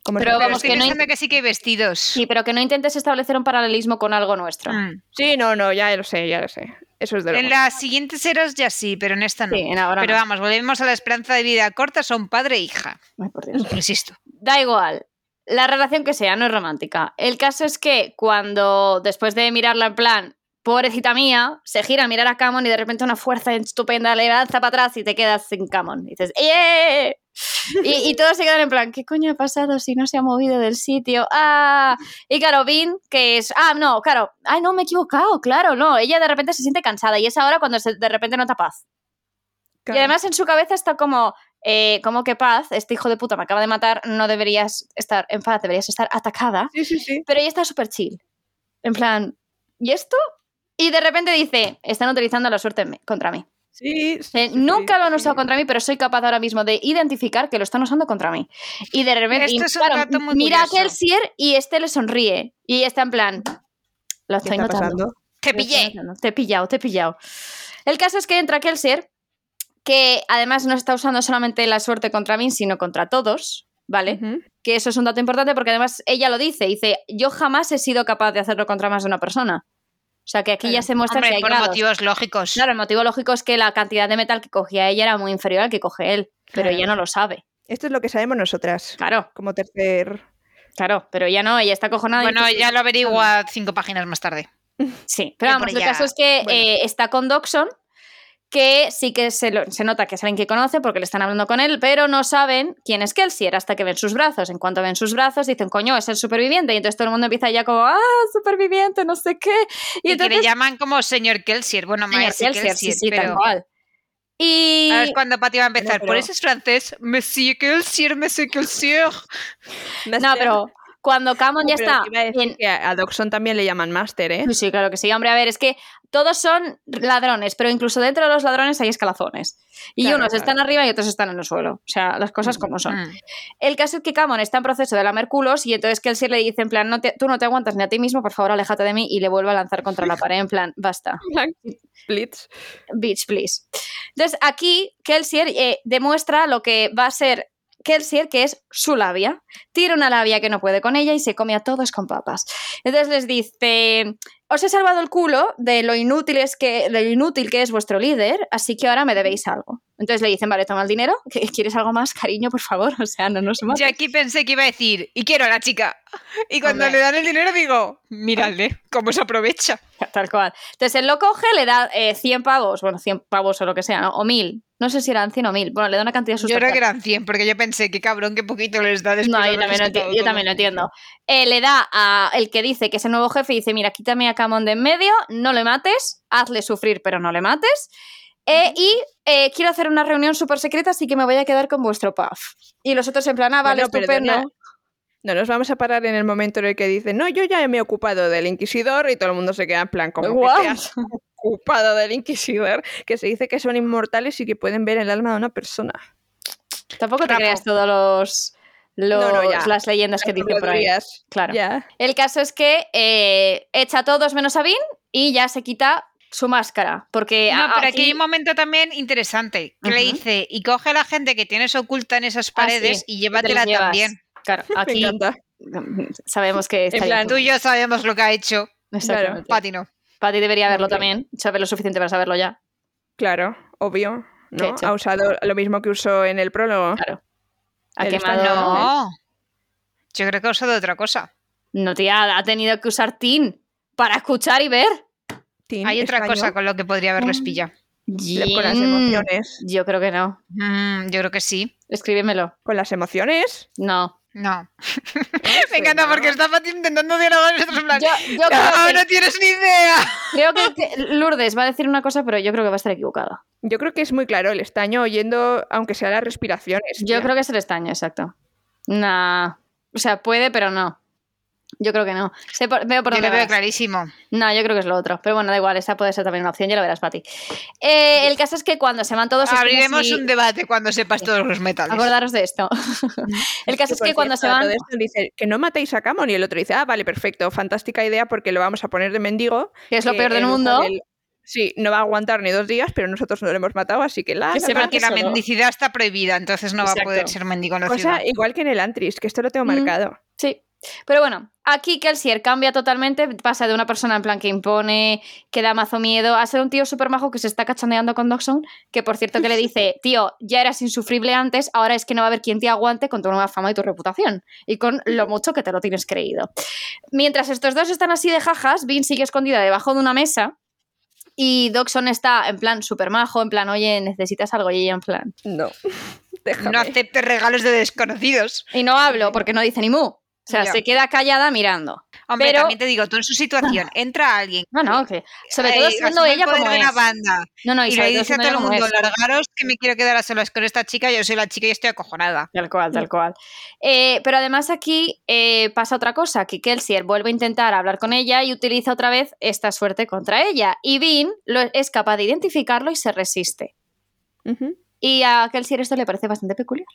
S4: Como
S1: Pero
S4: son-
S2: Pero
S1: vamos,
S2: estoy
S1: que no hay-
S2: pensando que sí que hay vestidos.
S1: Sí, pero que no intentes establecer un paralelismo con algo nuestro.
S2: Mm.
S4: Sí, no, no, ya lo sé, ya lo sé. Eso es de
S2: En
S4: luego.
S2: las siguientes eras ya sí, pero en esta no.
S1: Sí, en ahora
S2: pero
S1: no.
S2: vamos, volvemos a la esperanza de vida corta, son padre e hija.
S1: Ay, por Dios.
S2: Insisto.
S1: Da igual. La relación que sea, no es romántica. El caso es que cuando, después de mirarla en plan, pobrecita mía, se gira a mirar a Camon y de repente una fuerza estupenda le lanza para atrás y te quedas sin Camon. Y dices, ¡eh! Y, y todos se quedan en plan, ¿qué coño ha pasado si no se ha movido del sitio? Ah, y claro, Vin, que es, ah, no, claro, ay, no, me he equivocado, claro, no, ella de repente se siente cansada y es ahora cuando se- de repente nota paz. Y además en su cabeza está como, eh, como que paz, este hijo de puta me acaba de matar, no deberías estar en paz, deberías estar atacada,
S4: Sí, sí, sí.
S1: pero ella está súper chill, en plan, ¿y esto? Y de repente dice, están utilizando la suerte en mí- contra mí.
S4: sí,
S1: Eh,
S4: sí,
S1: nunca
S4: sí,
S1: lo han
S4: sí.
S1: usado contra mí, pero soy capaz ahora mismo de identificar que lo están usando contra mí. Y de repente,
S2: Esto
S1: y,
S2: es un dato muy
S1: mira
S2: curioso.
S1: a Kelsier y este le sonríe. Y está en plan, lo
S4: ¿Qué
S1: estoy
S4: está
S1: notando.
S4: pasando?
S2: Te
S1: lo estoy
S2: pillé.
S1: notando, Te he pillado, te he pillado. El caso es que entra Kelsier, que además no está usando solamente la suerte contra mí, sino contra todos, ¿vale?
S4: Ujú.
S1: Que eso es un dato importante porque además ella lo dice, dice, yo jamás he sido capaz de hacerlo contra más de una persona. O sea que aquí ya se muestra que
S2: Hombre,
S1: hay
S2: por
S1: grados.
S2: motivos lógicos.
S1: Claro, el motivo lógico es que la cantidad de metal que cogía ella era muy inferior al que coge él, pero
S4: Claro.
S1: ella no lo sabe.
S4: Esto es lo que sabemos nosotras,
S1: Claro,
S4: como tercer...
S1: claro, pero ella no, ella está cojonada.
S2: Bueno, ya lo averigua cinco páginas más tarde.
S1: Sí, pero
S2: Ya
S1: vamos,
S2: por
S1: el
S2: ya-
S1: caso es que
S4: bueno.
S1: eh, está con Doxon, que sí que se, lo- se nota que es alguien que conoce porque le están hablando con él, pero no saben quién es Kelsier hasta que ven sus brazos. En cuanto ven sus brazos, dicen, coño, es el superviviente. Y entonces todo el mundo empieza ya como, ah, superviviente, no sé qué.
S2: Y,
S1: Y,
S2: que le
S1: entonces,
S2: llaman como señor Kelsier. Bueno,
S1: señor
S2: maestro
S1: Kelsier,
S2: Kelsier,
S1: sí, sí, tal
S2: pero...
S1: cual. Y...
S2: Ahora es cuando Pati va a empezar.
S4: pero-
S2: Por eso es francés. Monsieur Kelsier, Monsieur Kelsier.
S1: No, pero cuando Camon ya
S4: Pero
S1: está...
S4: te iba a decir
S1: en-
S4: que a a Doxon también le llaman máster, ¿eh?
S1: Sí, sí, claro que sí. Hombre, a ver, es que todos son ladrones, pero incluso dentro de los ladrones hay escalafones. Y
S4: Claro,
S1: unos
S4: claro.
S1: están arriba y otros están en el suelo. O sea, las cosas como son.
S2: Mm.
S1: El caso es que Camon está en proceso de lamer culos y entonces Kelsier le dice en plan, no te- tú no te aguantas ni a ti mismo, por favor, aléjate de mí y le vuelve a lanzar contra la pared en plan, basta,
S4: Blitz.
S1: bitch, please. Entonces aquí Kelsier eh, demuestra lo que va a ser Kelsier, que es su labia. Tira una labia que no puede con ella y se come a todos con papas. Entonces les dice, os he salvado el culo de lo, inútil es que, de lo inútil que es vuestro líder, así que ahora me debéis algo. Entonces le dicen, vale, toma el dinero, ¿qué- ¿quieres algo más, cariño, por favor? O sea, no nos mates.
S2: Yo aquí pensé que iba a decir, y quiero a la chica. Y cuando
S1: Hombre.
S2: le dan el dinero digo, miradle, cómo se aprovecha.
S1: Tal cual. Entonces él lo coge, le da eh, 100 pavos, bueno, 100 pavos o lo que sea, ¿no? O 1000. No sé si eran 100 o 1000. Bueno, le da una cantidad
S2: Yo creo
S1: sustancial.
S2: que eran 100, porque yo pensé, qué cabrón, qué poquito les da después
S1: No, yo
S2: de haber
S1: también, lo
S2: rescatado
S1: enti- yo
S2: todo.
S1: también lo entiendo. Eh, le da a el que dice que es el nuevo jefe y dice, mira, quítame a Camón de en medio, no le mates, hazle sufrir, pero no le mates. Eh, y eh, quiero hacer una reunión súper secreta, así que me voy a quedar con vuestro puff. Y los otros en plan, ah, vale,
S4: Bueno,
S1: estupendo.
S4: perdona. No nos vamos a parar en el momento en el que dice, no, yo ya me he ocupado del inquisidor y todo el mundo se queda en plan, como
S1: Guau.
S4: que te has ocupado del inquisidor, que se dice que son inmortales y que pueden ver el alma de una persona.
S1: Tampoco te
S2: Rapo.
S1: creas todos los,
S4: No, no,
S1: los-
S4: ya.
S1: las leyendas que dicen por ahí.
S4: Habladurías,
S1: Claro.
S4: Ya.
S1: El caso es que eh, echa a todos menos a Vin y ya se quita su máscara. Porque a-
S2: No, pero aquí
S1: Ah, aquí-
S2: hay un momento también interesante, que le
S1: Ujú. Ah,
S2: dice, y coge a la gente que tienes oculta en esas paredes
S1: sí,
S2: y
S1: te los
S2: llévatela
S1: llevas.
S2: también.
S1: Claro, aquí
S4: Me encanta.
S1: sabemos que está
S4: plan,
S2: Tú y yo sabemos lo que ha hecho,
S1: Exactamente.
S2: Pati no.
S1: Pati debería verlo
S4: Hombre.
S1: también, saber lo suficiente para saberlo ya.
S4: Claro, obvio.
S1: Qué
S4: ¿no?
S1: hecho.
S4: Ha usado lo mismo que usó en el prólogo.
S1: Claro. Ha
S4: Él está-
S1: quemado. No.
S2: No, yo creo que ha usado otra cosa.
S1: tía, ha tenido que usar Tin para escuchar y ver.
S4: Tin,
S2: Hay otra
S4: estaño,
S2: cosa con lo que podría haberles
S4: Mm.
S2: pillado.
S4: le- Con las
S1: Yin.
S4: emociones.
S1: Yo creo que no.
S2: Mm, yo creo que sí.
S1: Escríbemelo.
S4: Con las emociones.
S1: No.
S2: No. Pues
S4: sé,
S2: Me encanta
S4: ¿no?
S2: porque está Pati intentando dialogar y nosotros en
S1: Yo, yo
S2: plan, Ah, "No,
S1: creo,
S2: no tienes ni idea.
S1: que, creo que- que Lourdes va a decir una cosa, pero yo creo que va a estar equivocada.
S4: Yo creo que es muy claro el estaño oyendo, aunque sea las respiraciones.
S1: Yo
S4: tía.
S1: creo que es el estaño, exacto. Nah. O sea, puede, pero no. Yo creo que no. Sé por- veo por
S2: Yo
S1: dónde
S2: lo veo
S1: vas.
S2: clarísimo.
S1: No, yo creo que es lo otro. Pero bueno, da igual, esa puede ser también una opción, ya lo verás, Pati. Eh, el caso es que cuando se van todos... es como
S2: Abriremos
S1: si-
S2: un debate cuando sepas todos los metales.
S1: Acordaros de esto. el caso es
S4: por
S1: que cuando se
S4: cierto, a
S1: van...
S4: todo esto dice que no matéis a Camon y el otro dice, ah, vale, perfecto, fantástica idea porque lo vamos a poner de mendigo.
S1: Que es lo
S4: que
S1: peor del
S4: el-
S1: mundo.
S4: el- sí, no va a aguantar ni dos días, pero nosotros no lo hemos matado, así que la...
S1: Que
S4: la,
S1: sepa
S4: la,
S2: Porque la
S1: Eso no.
S2: mendicidad está prohibida, entonces no va a
S1: Exacto.
S2: poder ser mendigo en la ciudad.
S4: cosa igual que en el Antris, que esto lo tengo
S1: Mm.
S4: marcado.
S1: Sí. Pero bueno, aquí Kelsier cambia totalmente, pasa de una persona en plan que impone, que da mazo miedo, a ser un tío súper majo que se está cachondeando con Doxon, que por cierto que le dice, tío, ya eras insufrible antes, ahora es que no va a haber quien te aguante con tu nueva fama y tu reputación, y con lo mucho que te lo tienes creído. Mientras estos dos están así de jajas, Vin sigue escondida debajo de una mesa y Doxon está en plan súper majo, en plan, oye, necesitas algo, y ella en plan,
S4: No. Déjame.
S2: No aceptes regalos de desconocidos.
S1: Y no hablo porque no dice ni mu. O sea,
S2: Ya.
S1: se queda callada mirando.
S2: Hombre,
S1: Pero-
S2: también te digo, tú en su situación, entra alguien.
S1: No, no, que sobre todo
S2: eh,
S1: siendo
S2: asuma el
S1: ella
S2: poder
S1: como
S2: de una
S1: es.
S2: banda
S1: No, no, y,
S2: y
S1: sobre
S2: le dice a
S1: siendo
S2: todo el
S1: ella como
S2: mundo,
S1: es.
S2: largaros que me quiero quedar a solas con esta chica, yo soy la chica y estoy acojonada.
S1: Tal cual, tal cual. Eh, pero además aquí eh, pasa otra cosa, que Kelsier vuelve a intentar hablar con ella y utiliza otra vez esta suerte contra ella. Y Vin lo, es capaz de identificarlo y se resiste.
S4: Ujú.
S1: Y a Kelsier esto le parece bastante peculiar.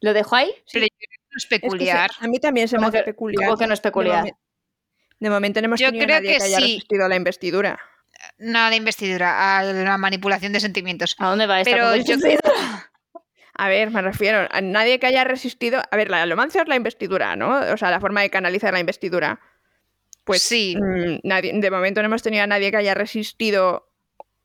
S1: Lo dejo ahí
S2: Pero yo creo que no es
S4: Es que se-
S2: peculiar.
S4: a mí también se me
S1: Como
S4: hace
S1: que-
S4: peculiar.
S1: como que no es peculiar.
S4: De, momen- de momento no hemos
S2: Yo
S4: tenido
S2: creo
S4: nadie
S2: que
S4: que, haya
S2: sí.
S4: resistido la investidura.
S2: Nada de investidura, a la manipulación de sentimientos.
S1: a dónde va esta
S2: Pero yo
S1: conversación?
S4: A ver, me refiero a nadie que haya resistido. A ver, la alomancia es la investidura, ¿no? O sea, la forma de canalizar la investidura. Pues
S2: sí.
S4: mm, nadie, de momento no hemos tenido a nadie que haya resistido.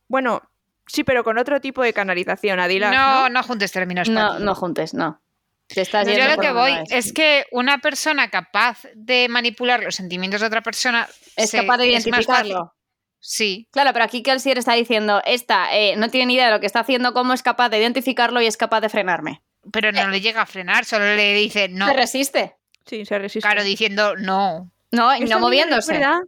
S4: Bueno, sí, pero con otro tipo de canalización, Adilas.
S2: No,
S4: No,
S2: no juntes términos.
S1: No,
S2: Pati.
S1: no juntes, no. Te estás
S2: Yo
S1: yendo
S2: lo
S1: por
S2: que
S1: donde
S2: voy
S1: no es.
S2: es que una persona capaz de manipular los sentimientos de otra persona
S1: Es
S2: se-
S1: capaz de
S2: es más fácil.
S1: identificarlo.
S2: Sí.
S1: Claro, pero aquí Kelsier está diciendo, esta eh, no tiene ni idea de lo que está haciendo, cómo es capaz de identificarlo y es capaz de frenarme.
S2: Pero no le llega a frenar, solo le dice no.
S1: Se resiste.
S4: Sí, se resiste.
S2: Claro, diciendo no.
S1: No, y
S4: Eso a
S1: no
S4: mí me
S1: moviéndose.
S4: recuerda-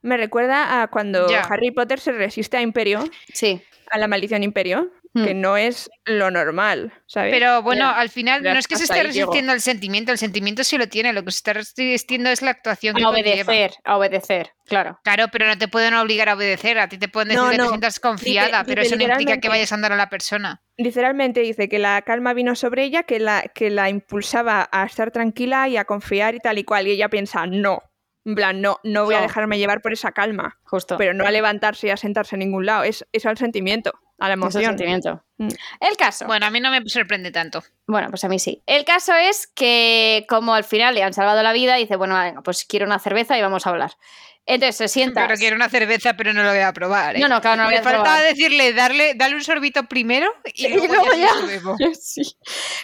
S4: Me recuerda a cuando
S2: Ya.
S4: Harry Potter se resiste a Imperio,
S1: Sí.
S4: a la maldición Imperio,
S1: Mm.
S4: que no es lo normal, ¿sabes?
S2: Pero bueno,
S4: Eh, Ya.
S2: al final
S4: Ya,
S2: no es que se
S4: hasta
S2: esté
S4: ahí llego.
S2: resistiendo al sentimiento, el sentimiento sí lo tiene, lo que se está resistiendo es la actuación que
S1: A
S2: conlleva.
S1: obedecer, a obedecer, claro.
S2: Claro, pero no te pueden obligar a obedecer, a ti te pueden decir
S4: No,
S2: que te
S4: no.
S2: sientas confiada,
S4: Lite-
S2: pero eso no implica que
S4: literalmente.
S2: vayas a andar a la persona.
S4: Literalmente dice que la calma vino sobre ella, que la, que la impulsaba a estar tranquila y a confiar y tal y cual. Y ella piensa, no, en plan, no, no voy a
S1: No.
S4: dejarme llevar por esa calma.
S1: Justo.
S4: Pero no a levantarse y a sentarse en ningún lado. Es, es al sentimiento, a la
S1: Eso es
S4: emoción.
S1: sentimiento.
S4: Mm.
S1: El caso. Bueno.
S2: Bueno, a mí no me sorprende tanto.
S1: pues a mí sí. El caso es que, como al final le han salvado la vida, dice, bueno, venga, pues quiero una cerveza y vamos a hablar. Entonces se sienta.
S2: Pero quiero una cerveza, pero no lo voy a probar. ¿eh?
S1: No, no, claro, no lo
S2: Me
S1: voy a
S2: faltaba
S1: probar.
S2: decirle, darle, dale un sorbito primero y
S1: Y
S2: luego,
S1: luego
S2: ya, se
S1: ya.
S2: lo bebo.
S1: Sí.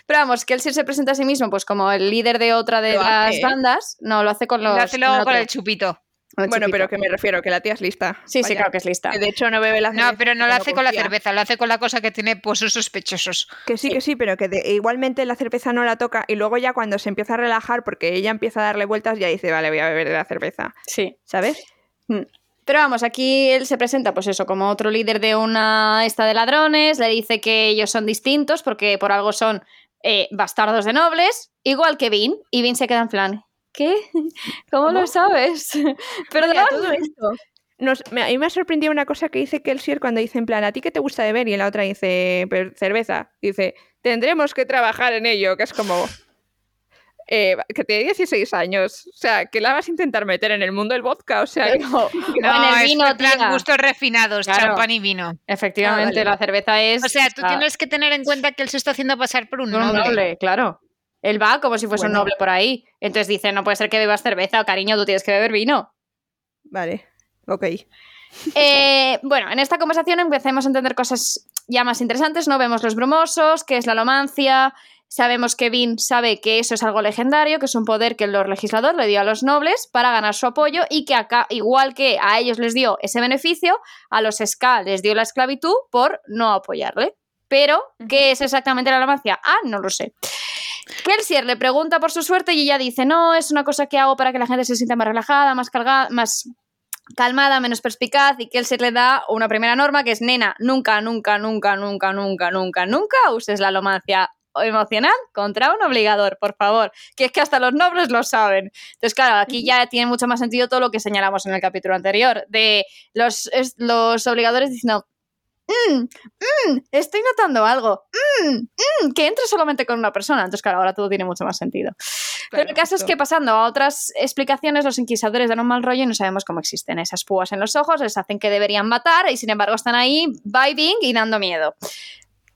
S1: Pero vamos, que él sí se presenta a sí mismo, pues como el líder de otra de
S4: Lo
S1: las
S4: hace, ¿eh?
S1: bandas. No, lo hace con los.
S2: Lo hace luego
S1: con
S2: con
S1: otro,
S2: el chupito.
S1: con el
S4: Bueno,
S1: chiquito.
S4: pero que me refiero, que la tía es lista.
S1: Sí, sí,
S4: vaya.
S1: claro que es lista.
S4: Que de hecho no bebe la cerveza.
S2: No, pero no lo
S4: porque
S2: hace con la
S4: confía.
S2: cerveza, lo hace con la cosa que tiene pozos sospechosos.
S4: Que sí, que sí, pero que de- igualmente la cerveza no la toca y luego ya cuando se empieza a relajar, porque ella empieza a darle vueltas, ya dice, vale, voy a beber de la cerveza,
S1: Sí.
S4: ¿sabes?
S1: Pero vamos, aquí él se presenta, pues eso, como otro líder de una esta de ladrones, le dice que ellos son distintos porque por algo son eh, bastardos de nobles, igual que Vin, y Vin se queda en plan, ¿qué? ¿Cómo,
S4: ¿Cómo?
S1: lo sabes? Perdón.
S4: Mira, todo esto. Nos, me, a mí me ha sorprendido una cosa que dice Kelsier cuando dice en plan, ¿a ti qué te gusta beber? Y la otra dice, "Pero cerveza. Dice, tendremos que trabajar en ello, que es como... eh, que te 16 años, o sea, que la vas a intentar meter en el mundo del vodka, o sea, que-
S1: No,
S2: No,
S1: en el vino,
S2: es plan
S1: tía.
S2: gustos refinados,
S1: Claro.
S2: champán y vino.
S1: Efectivamente,
S4: Ah, vale.
S1: la cerveza es...
S2: O sea, tú
S1: la-
S2: tienes que tener en cuenta que él se está haciendo pasar por un
S1: un
S2: noble.
S1: noble. claro. Él va como si fuese un
S4: Bueno.
S1: noble por ahí. Entonces dice, no puede ser que bebas cerveza, cariño, tú tienes que beber vino.
S4: vale, ok.
S1: Eh, bueno, en esta conversación empecemos a entender cosas ya más interesantes, ¿no? Vemos los brumosos, qué es la lomancia, sabemos que Vin sabe que eso es algo legendario, que es un poder que el Lord Legislador le dio a los nobles para ganar su apoyo y que acá, igual que a ellos les dio ese beneficio, a los Ska les dio la esclavitud por no apoyarle. Pero, ¿qué es exactamente la lomancia? Ah, no lo sé. Kelsier le pregunta por su suerte y ella dice, no, es una cosa que hago para que la gente se sienta más relajada, más cargada, más calmada, menos perspicaz y que él se le da una primera norma que es nena, nunca, nunca, nunca, nunca, nunca, nunca, nunca uses la lomancia emocional contra un obligador, por favor, que es que hasta los nobles lo saben. Entonces, claro, aquí ya tiene mucho más sentido todo lo que señalamos en el capítulo anterior, de los, es- los obligadores diciendo, "Mm, mm, estoy notando algo, mm, mm", que entre solamente con una persona. Entonces, claro, ahora todo tiene mucho más sentido. Pero el
S4: Claro,
S1: caso es
S4: justo.
S1: que pasando a otras explicaciones, los inquisidores dan un mal rollo y no sabemos cómo existen esas púas en los ojos, les hacen que deberían matar y sin embargo están ahí vibing y dando miedo.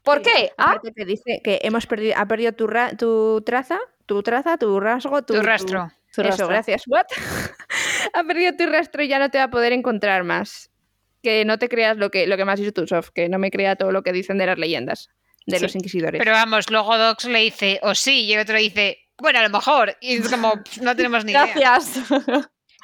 S1: ¿Por
S4: Sí,
S1: qué? Ah,
S4: Aparte que dice que hemos perdido, ha perdido tu, ra- tu traza, tu traza, tu rasgo, tu,
S2: Tu rastro.
S1: su
S4: Eso,
S1: rostro.
S4: gracias. What? ha perdido tu rastro y ya no te va a poder encontrar más. Que no te creas lo que, lo que me has dicho tú, Sof, que no me crea todo lo que dicen de las leyendas de
S1: Sí,
S4: los inquisidores.
S2: Pero vamos, luego Dox le "Oh, dice, o sí, y el otro dice, bueno, a lo mejor. Y es como, "Pff, no tenemos ni idea.
S1: Gracias.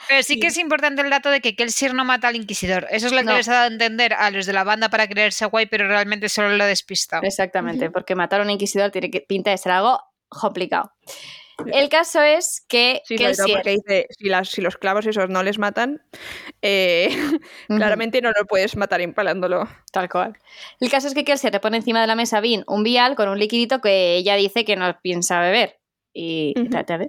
S2: Pero sí que es importante el dato de que Kelsier no mata al Inquisidor. Eso es lo que
S1: No.
S2: les ha dado a entender a los de la banda para creerse guay, pero realmente solo lo ha despistado.
S1: Exactamente, porque matar a un inquisidor tiene que, pinta de ser algo complicado. El caso es que
S4: Sí, sobre todo
S1: Kelsier-
S4: porque dice, si, las- si los clavos esos no les matan, eh,
S1: Ujú.
S4: claramente no lo puedes matar impalándolo.
S1: Tal cual. El caso es que Kelsier le pone encima de la mesa a Bean un vial con un liquidito que ella dice que no piensa beber. Y.
S4: Ujú.
S1: espérate, a ver.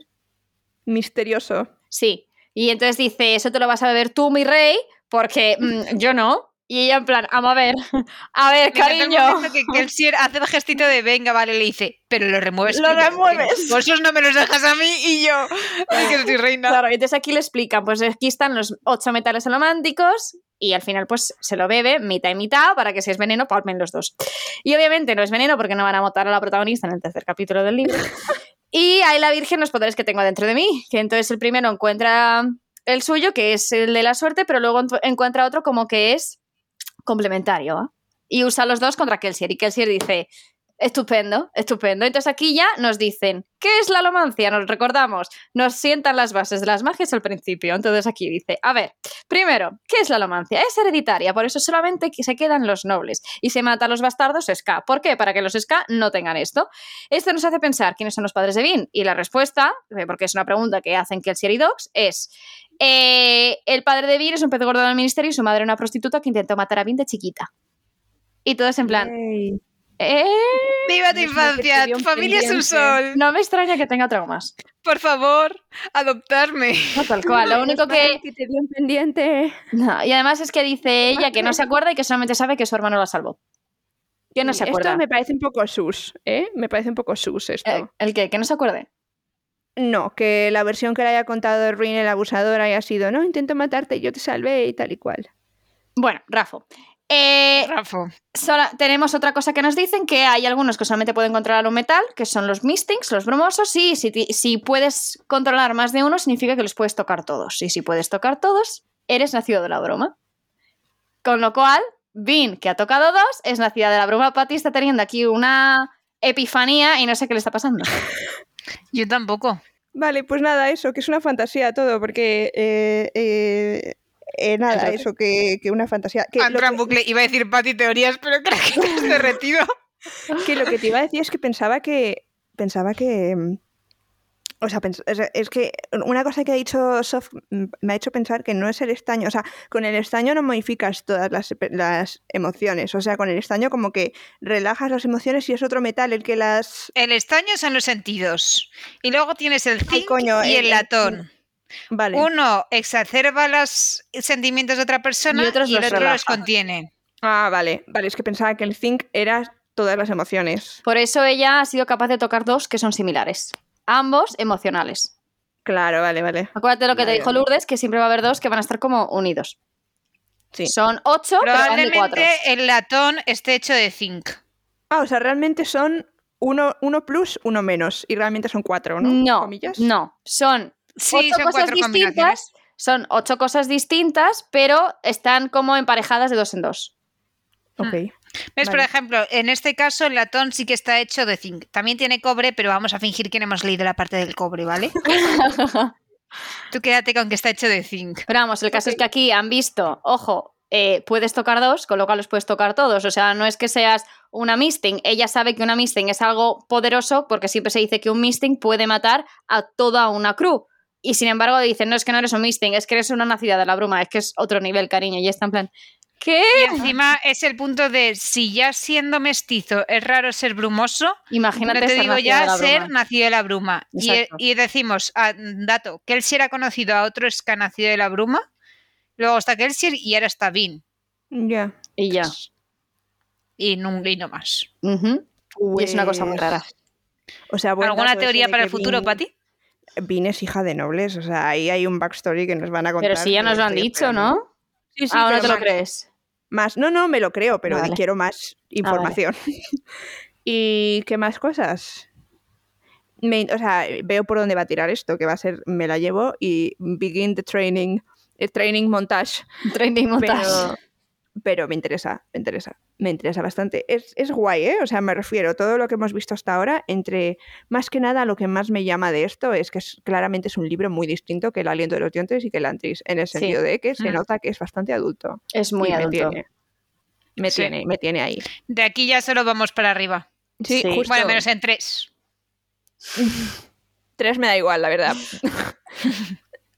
S4: Misterioso.
S1: Sí. Y entonces dice: Eso te lo vas a beber tú, mi rey, porque mm, yo no. Y ella, en plan, vamos a ver. A ver,
S2: Me encanta el
S1: cariño.
S2: momento que Kelsier hace el gestito de venga, vale, le dice, pero lo remueves.
S4: Lo
S2: tú".
S4: remueves.
S2: Vosotros no me los dejas a mí y yo. Ay, que soy reina.
S1: Claro, y entonces aquí le explican: Pues aquí están los ocho metales alománticos. Y al final, pues se lo bebe mitad y mitad para que si es veneno, palmen los dos. Y obviamente no es veneno porque no van a matar a la protagonista en el tercer capítulo del libro. Y ahí la Virgen, los poderes que tengo dentro de mí. Que entonces el primero encuentra el suyo, que es el de la suerte, pero luego encu- encuentra otro como que es complementario. ¿ah? Y usa los dos contra Kelsier. Y Kelsier dice, estupendo, estupendo. Entonces aquí ya nos dicen, ¿qué es la alomancia? Nos recordamos, nos sientan las bases de las magias al principio. Entonces aquí dice, a ver, primero, ¿qué es la alomancia? Es hereditaria, por eso solamente que se quedan los nobles. Y se mata a los bastardos ska. ¿Por qué? Para que los ska no tengan esto. Esto nos hace pensar quiénes son los padres de Bean. Y la respuesta, eh, porque es una pregunta que hacen Kelsier y Dogs, es: eh, el padre de Bean es un pez gordo del ministerio y su madre una prostituta que intentó matar a Bean de chiquita. Y todos en plan,
S4: Yay.
S1: "Eh,
S2: ¡Viva tu
S4: Dios mío, que
S2: infancia!
S4: te
S2: ¡Tu
S4: dio un
S2: familia es un
S4: pendiente.
S2: sol!
S1: no me extraña que tenga traumas.
S2: Por favor, adoptarme.
S1: No, tal cual. Lo único que.
S4: te dio un pendiente.
S1: No, Y además es que dice ella que no se acuerda y que solamente sabe que su hermano la salvó. Que no
S4: Sí,
S1: se acuerda.
S4: Esto me parece un poco sus, ¿eh? Me parece un poco sus esto.
S1: Eh, ¿El qué? ¿Que no se acuerde?
S4: No, que la versión que le haya contado Ruin el abusador haya sido, no, intento matarte, yo te salvé y tal y cual.
S1: Bueno, Rafa. Eh,
S2: Rafa.
S1: Sola- tenemos otra cosa que nos dicen, que hay algunos que solamente pueden controlar un metal, que son los mistings, los brumosos, y si, ti- si puedes controlar más de uno, significa que los puedes tocar todos. Y si puedes tocar todos, eres nacido de la broma. Con lo cual, Vin, que ha tocado dos, es nacida de la broma. Patty está teniendo aquí una epifanía y no sé qué le está pasando.
S2: Yo tampoco.
S4: Vale, pues nada, eso, que es una fantasía todo, porque eh, eh, eh, nada,
S1: Entonces-
S4: eso, que, que una fantasía. Que lo,
S2: Entra en
S4: que,
S2: bucle. Iba a decir Pati teorías, pero creo que te has derretido.
S4: que lo que te iba a decir es que pensaba que. Pensaba que. mm, O sea, pens- o sea, es que una cosa que ha dicho Sof mm, me ha hecho pensar que no es el estaño. O sea, con el estaño no modificas todas las, las emociones. O sea, con el estaño como que relajas las emociones y es otro metal el que las...
S2: El estaño son los sentidos. Y luego tienes el zinc
S4: coño,
S2: y el,
S4: el-
S2: latón.
S4: Vale.
S2: Uno exacerba los sentimientos de otra persona
S1: Y
S2: y,
S1: otros
S2: el
S1: los
S2: otro los
S1: relaja.
S2: contiene.
S4: Ah, vale. Vale, es que pensaba que el think era todas las emociones.
S1: Por eso ella ha sido capaz de tocar dos que son similares. Ambos emocionales.
S4: Claro, vale, vale.
S1: Acuérdate lo que te
S4: Vale,
S1: dijo
S4: vale.
S1: Lourdes, que siempre va a haber dos que van a estar como unidos.
S4: Sí.
S1: Son ocho, pero van de cuatro.
S2: Probablemente el latón esté hecho de zinc.
S4: Ah, o sea, realmente son uno, uno plus, uno menos. Y realmente son cuatro, ¿no?
S1: No,
S4: ¿Comillas?
S1: no. Son
S2: Sí,
S1: ocho
S2: son
S1: cosas
S2: cuatro combinaciones.
S1: distintas. Son ocho cosas distintas, pero están como emparejadas de dos en dos.
S4: Ok.
S2: ¿Ves? Por
S4: Vale.
S2: ejemplo, en este caso el latón sí que está hecho de zinc. También tiene cobre, pero vamos a fingir que no hemos leído la parte del cobre, ¿vale? Tú quédate con que está hecho de zinc.
S1: Pero vamos, el caso es que aquí han visto, ojo, eh, puedes tocar dos, con lo cual los puedes tocar todos. O sea, no es que seas una misting. Ella sabe que una misting es algo poderoso porque siempre se dice que un misting puede matar a toda una crew. Y sin embargo dicen, no, es que no eres un misting, es que eres una nacida de la bruma, es que es otro nivel, cariño. Y está en plan, ¿qué?
S2: Y encima es el punto de si ya siendo mestizo es raro ser brumoso,
S1: Imagínate
S2: no te
S1: ser
S2: digo
S1: nacida de
S2: ya
S1: la bruma.
S2: ser nacido de la bruma. Y, eh,
S1: Exacto.
S2: y decimos, ah, dato, Kelsier ha conocido a otro ska nacido de la bruma, luego está Kelsier y ahora está Vin.
S4: Ya.
S1: Y ya.
S2: Y no, y no más.
S1: Ujú. Y es una cosa muy
S4: Pues-
S1: rara.
S4: O sea, buen
S2: ¿Alguna
S4: dato ese
S2: teoría
S4: de
S2: para
S4: pues que
S2: el futuro,
S4: Vin-
S2: Pati?
S4: Vin es hija de nobles. O sea, ahí hay un backstory que nos van a contar.
S1: Pero sí, ya
S4: que
S1: nos lo han
S4: estoy
S1: dicho,
S4: esperando.
S1: ¿no?
S4: Pues Sí, sí.
S1: Ah, no
S4: pero
S1: te lo
S4: más-
S1: crees.
S4: Más. No, no, me lo creo, pero
S1: Ah, vale.
S4: quiero más
S1: vale.
S4: información. ¿Y qué más cosas? Me- o sea, veo por dónde va a tirar esto, que va a ser, me la llevo y begin the training, el training montage.
S1: Training montage.
S4: Pero, pero me interesa, me interesa, me interesa bastante. Es, es guay, ¿eh? O sea, me refiero, todo lo que hemos visto hasta ahora, entre más que nada lo que más me llama de esto es que es, claramente es un libro muy distinto que El aliento de los dientes y que el Antris, en el sentido de que se
S2: Mm.
S4: nota que es bastante adulto.
S1: Es muy
S4: Y me
S1: adulto.
S4: tiene. Me
S2: Sí.
S4: tiene, me tiene ahí.
S2: De aquí ya solo vamos para arriba.
S4: Sí,
S1: Sí.
S4: justo.
S2: Bueno, menos en tres.
S4: Tres me da igual, la verdad.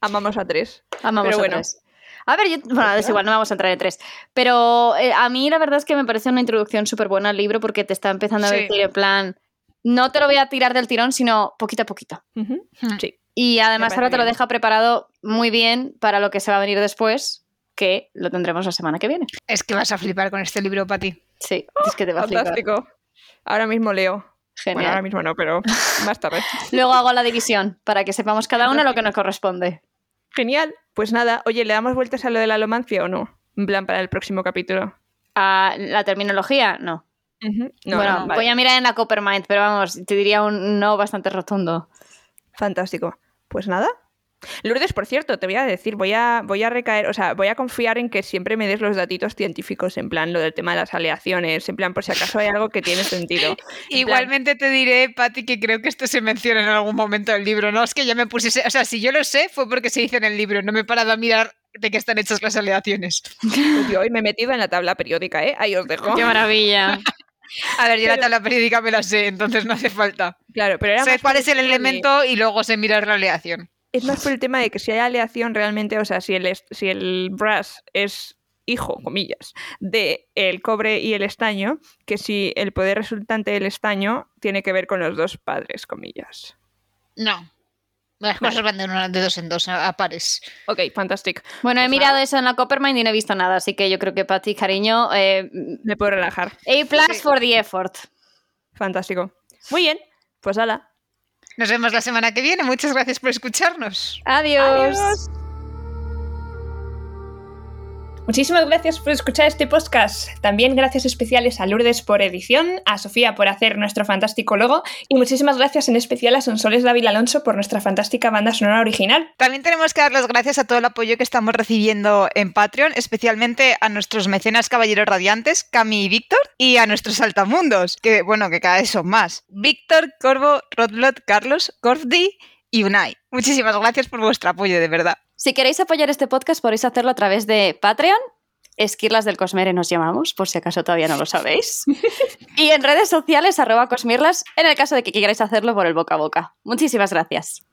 S4: Amamos a tres.
S1: Amamos
S4: Pero
S1: a
S4: bueno.
S1: tres. A ver, yo, bueno, es igual, no vamos a entrar en tres. Pero eh, a mí la verdad es que me parece una introducción súper buena al libro porque te está empezando a
S2: Sí.
S1: decir en plan, no te lo voy a tirar del tirón, sino poquito a poquito.
S4: Ujú.
S2: Hmm.
S4: Sí.
S1: Y además
S4: parece
S1: ahora te lo
S4: bien.
S1: deja preparado muy bien para lo que se va a venir después, que lo tendremos la semana que viene.
S2: Es que vas a flipar con este libro, Pati.
S1: Sí, es que te va a flipar.
S4: Oh, Fantástico. Ahora mismo leo.
S1: Genial.
S4: Bueno, ahora mismo no, pero más tarde.
S1: Luego hago la división para que sepamos cada uno lo que nos corresponde.
S4: Genial. Pues nada, oye, ¿le damos vueltas a lo de la alomancia o no? En plan para el próximo capítulo.
S1: Ah, la terminología, no.
S4: Ujú. No,
S1: bueno,
S4: no,
S1: voy
S4: vale.
S1: a mirar en la Coppermind, pero vamos, te diría un no bastante rotundo.
S4: Fantástico. Pues nada. Lourdes, por cierto, te voy a decir, voy a, voy a recaer, o sea, voy a confiar en que siempre me des los datitos científicos, en plan lo del tema de las aleaciones, en plan por si acaso hay algo que tiene sentido. En plan,
S2: Igualmente te diré, Pati, que creo que esto se menciona en algún momento del libro, ¿no? Es que ya me puse... O sea, si yo lo sé, fue porque se dice en el libro. No me he parado a mirar de qué están hechas las aleaciones.
S4: pues yo hoy me he metido en la tabla periódica, ¿eh? Ahí os dejo.
S1: ¡Qué maravilla!
S2: A ver, yo la
S4: Pero-
S2: tabla periódica me la sé, entonces no hace falta.
S4: Claro, pero era
S2: Sé
S4: más
S2: cuál es el
S4: por tema de-
S2: elemento y luego sé mirar la aleación.
S4: Es más por el tema de que si hay aleación realmente, o sea, si el, est- si el brass es hijo, comillas, de el cobre y el estaño, que si el poder resultante del estaño tiene que ver con los dos padres, comillas.
S2: No. Las
S4: Vale.
S2: cosas van de, una- de dos en dos, a, a pares.
S4: Ok, fantástico.
S1: Bueno, he
S4: Pues
S1: mirado eso en la Coppermind y no he visto nada, así que yo creo que para ti, cariño, eh,
S4: Me puedo relajar.
S1: A plus
S2: Sí.
S1: for the effort.
S4: Fantástico. Muy bien, pues ala.
S2: Nos vemos la semana que viene. Muchas gracias por escucharnos.
S1: Adiós.
S3: Muchísimas gracias por escuchar este podcast. También gracias especiales a Lourdes por edición, a Sofía por hacer nuestro fantástico logo y muchísimas gracias en especial a Sonsoles Dávila Alonso por nuestra fantástica banda sonora original.
S2: También tenemos que dar las gracias a todo el apoyo que estamos recibiendo en Patreon, especialmente a nuestros mecenas caballeros radiantes, Cami y Víctor, y a nuestros altamundos, que bueno, que cada vez son más. Víctor, Corvo, Rodlot, Carlos, Corfdi y Unai. Muchísimas gracias por vuestro apoyo, de verdad.
S1: Si queréis apoyar este podcast, podéis hacerlo a través de Patreon. Esquirlas del Cosmere nos llamamos, por si acaso todavía no lo sabéis. y en redes sociales, arroba Cosmirlas, en el caso de que queráis hacerlo por el boca a boca. Muchísimas gracias.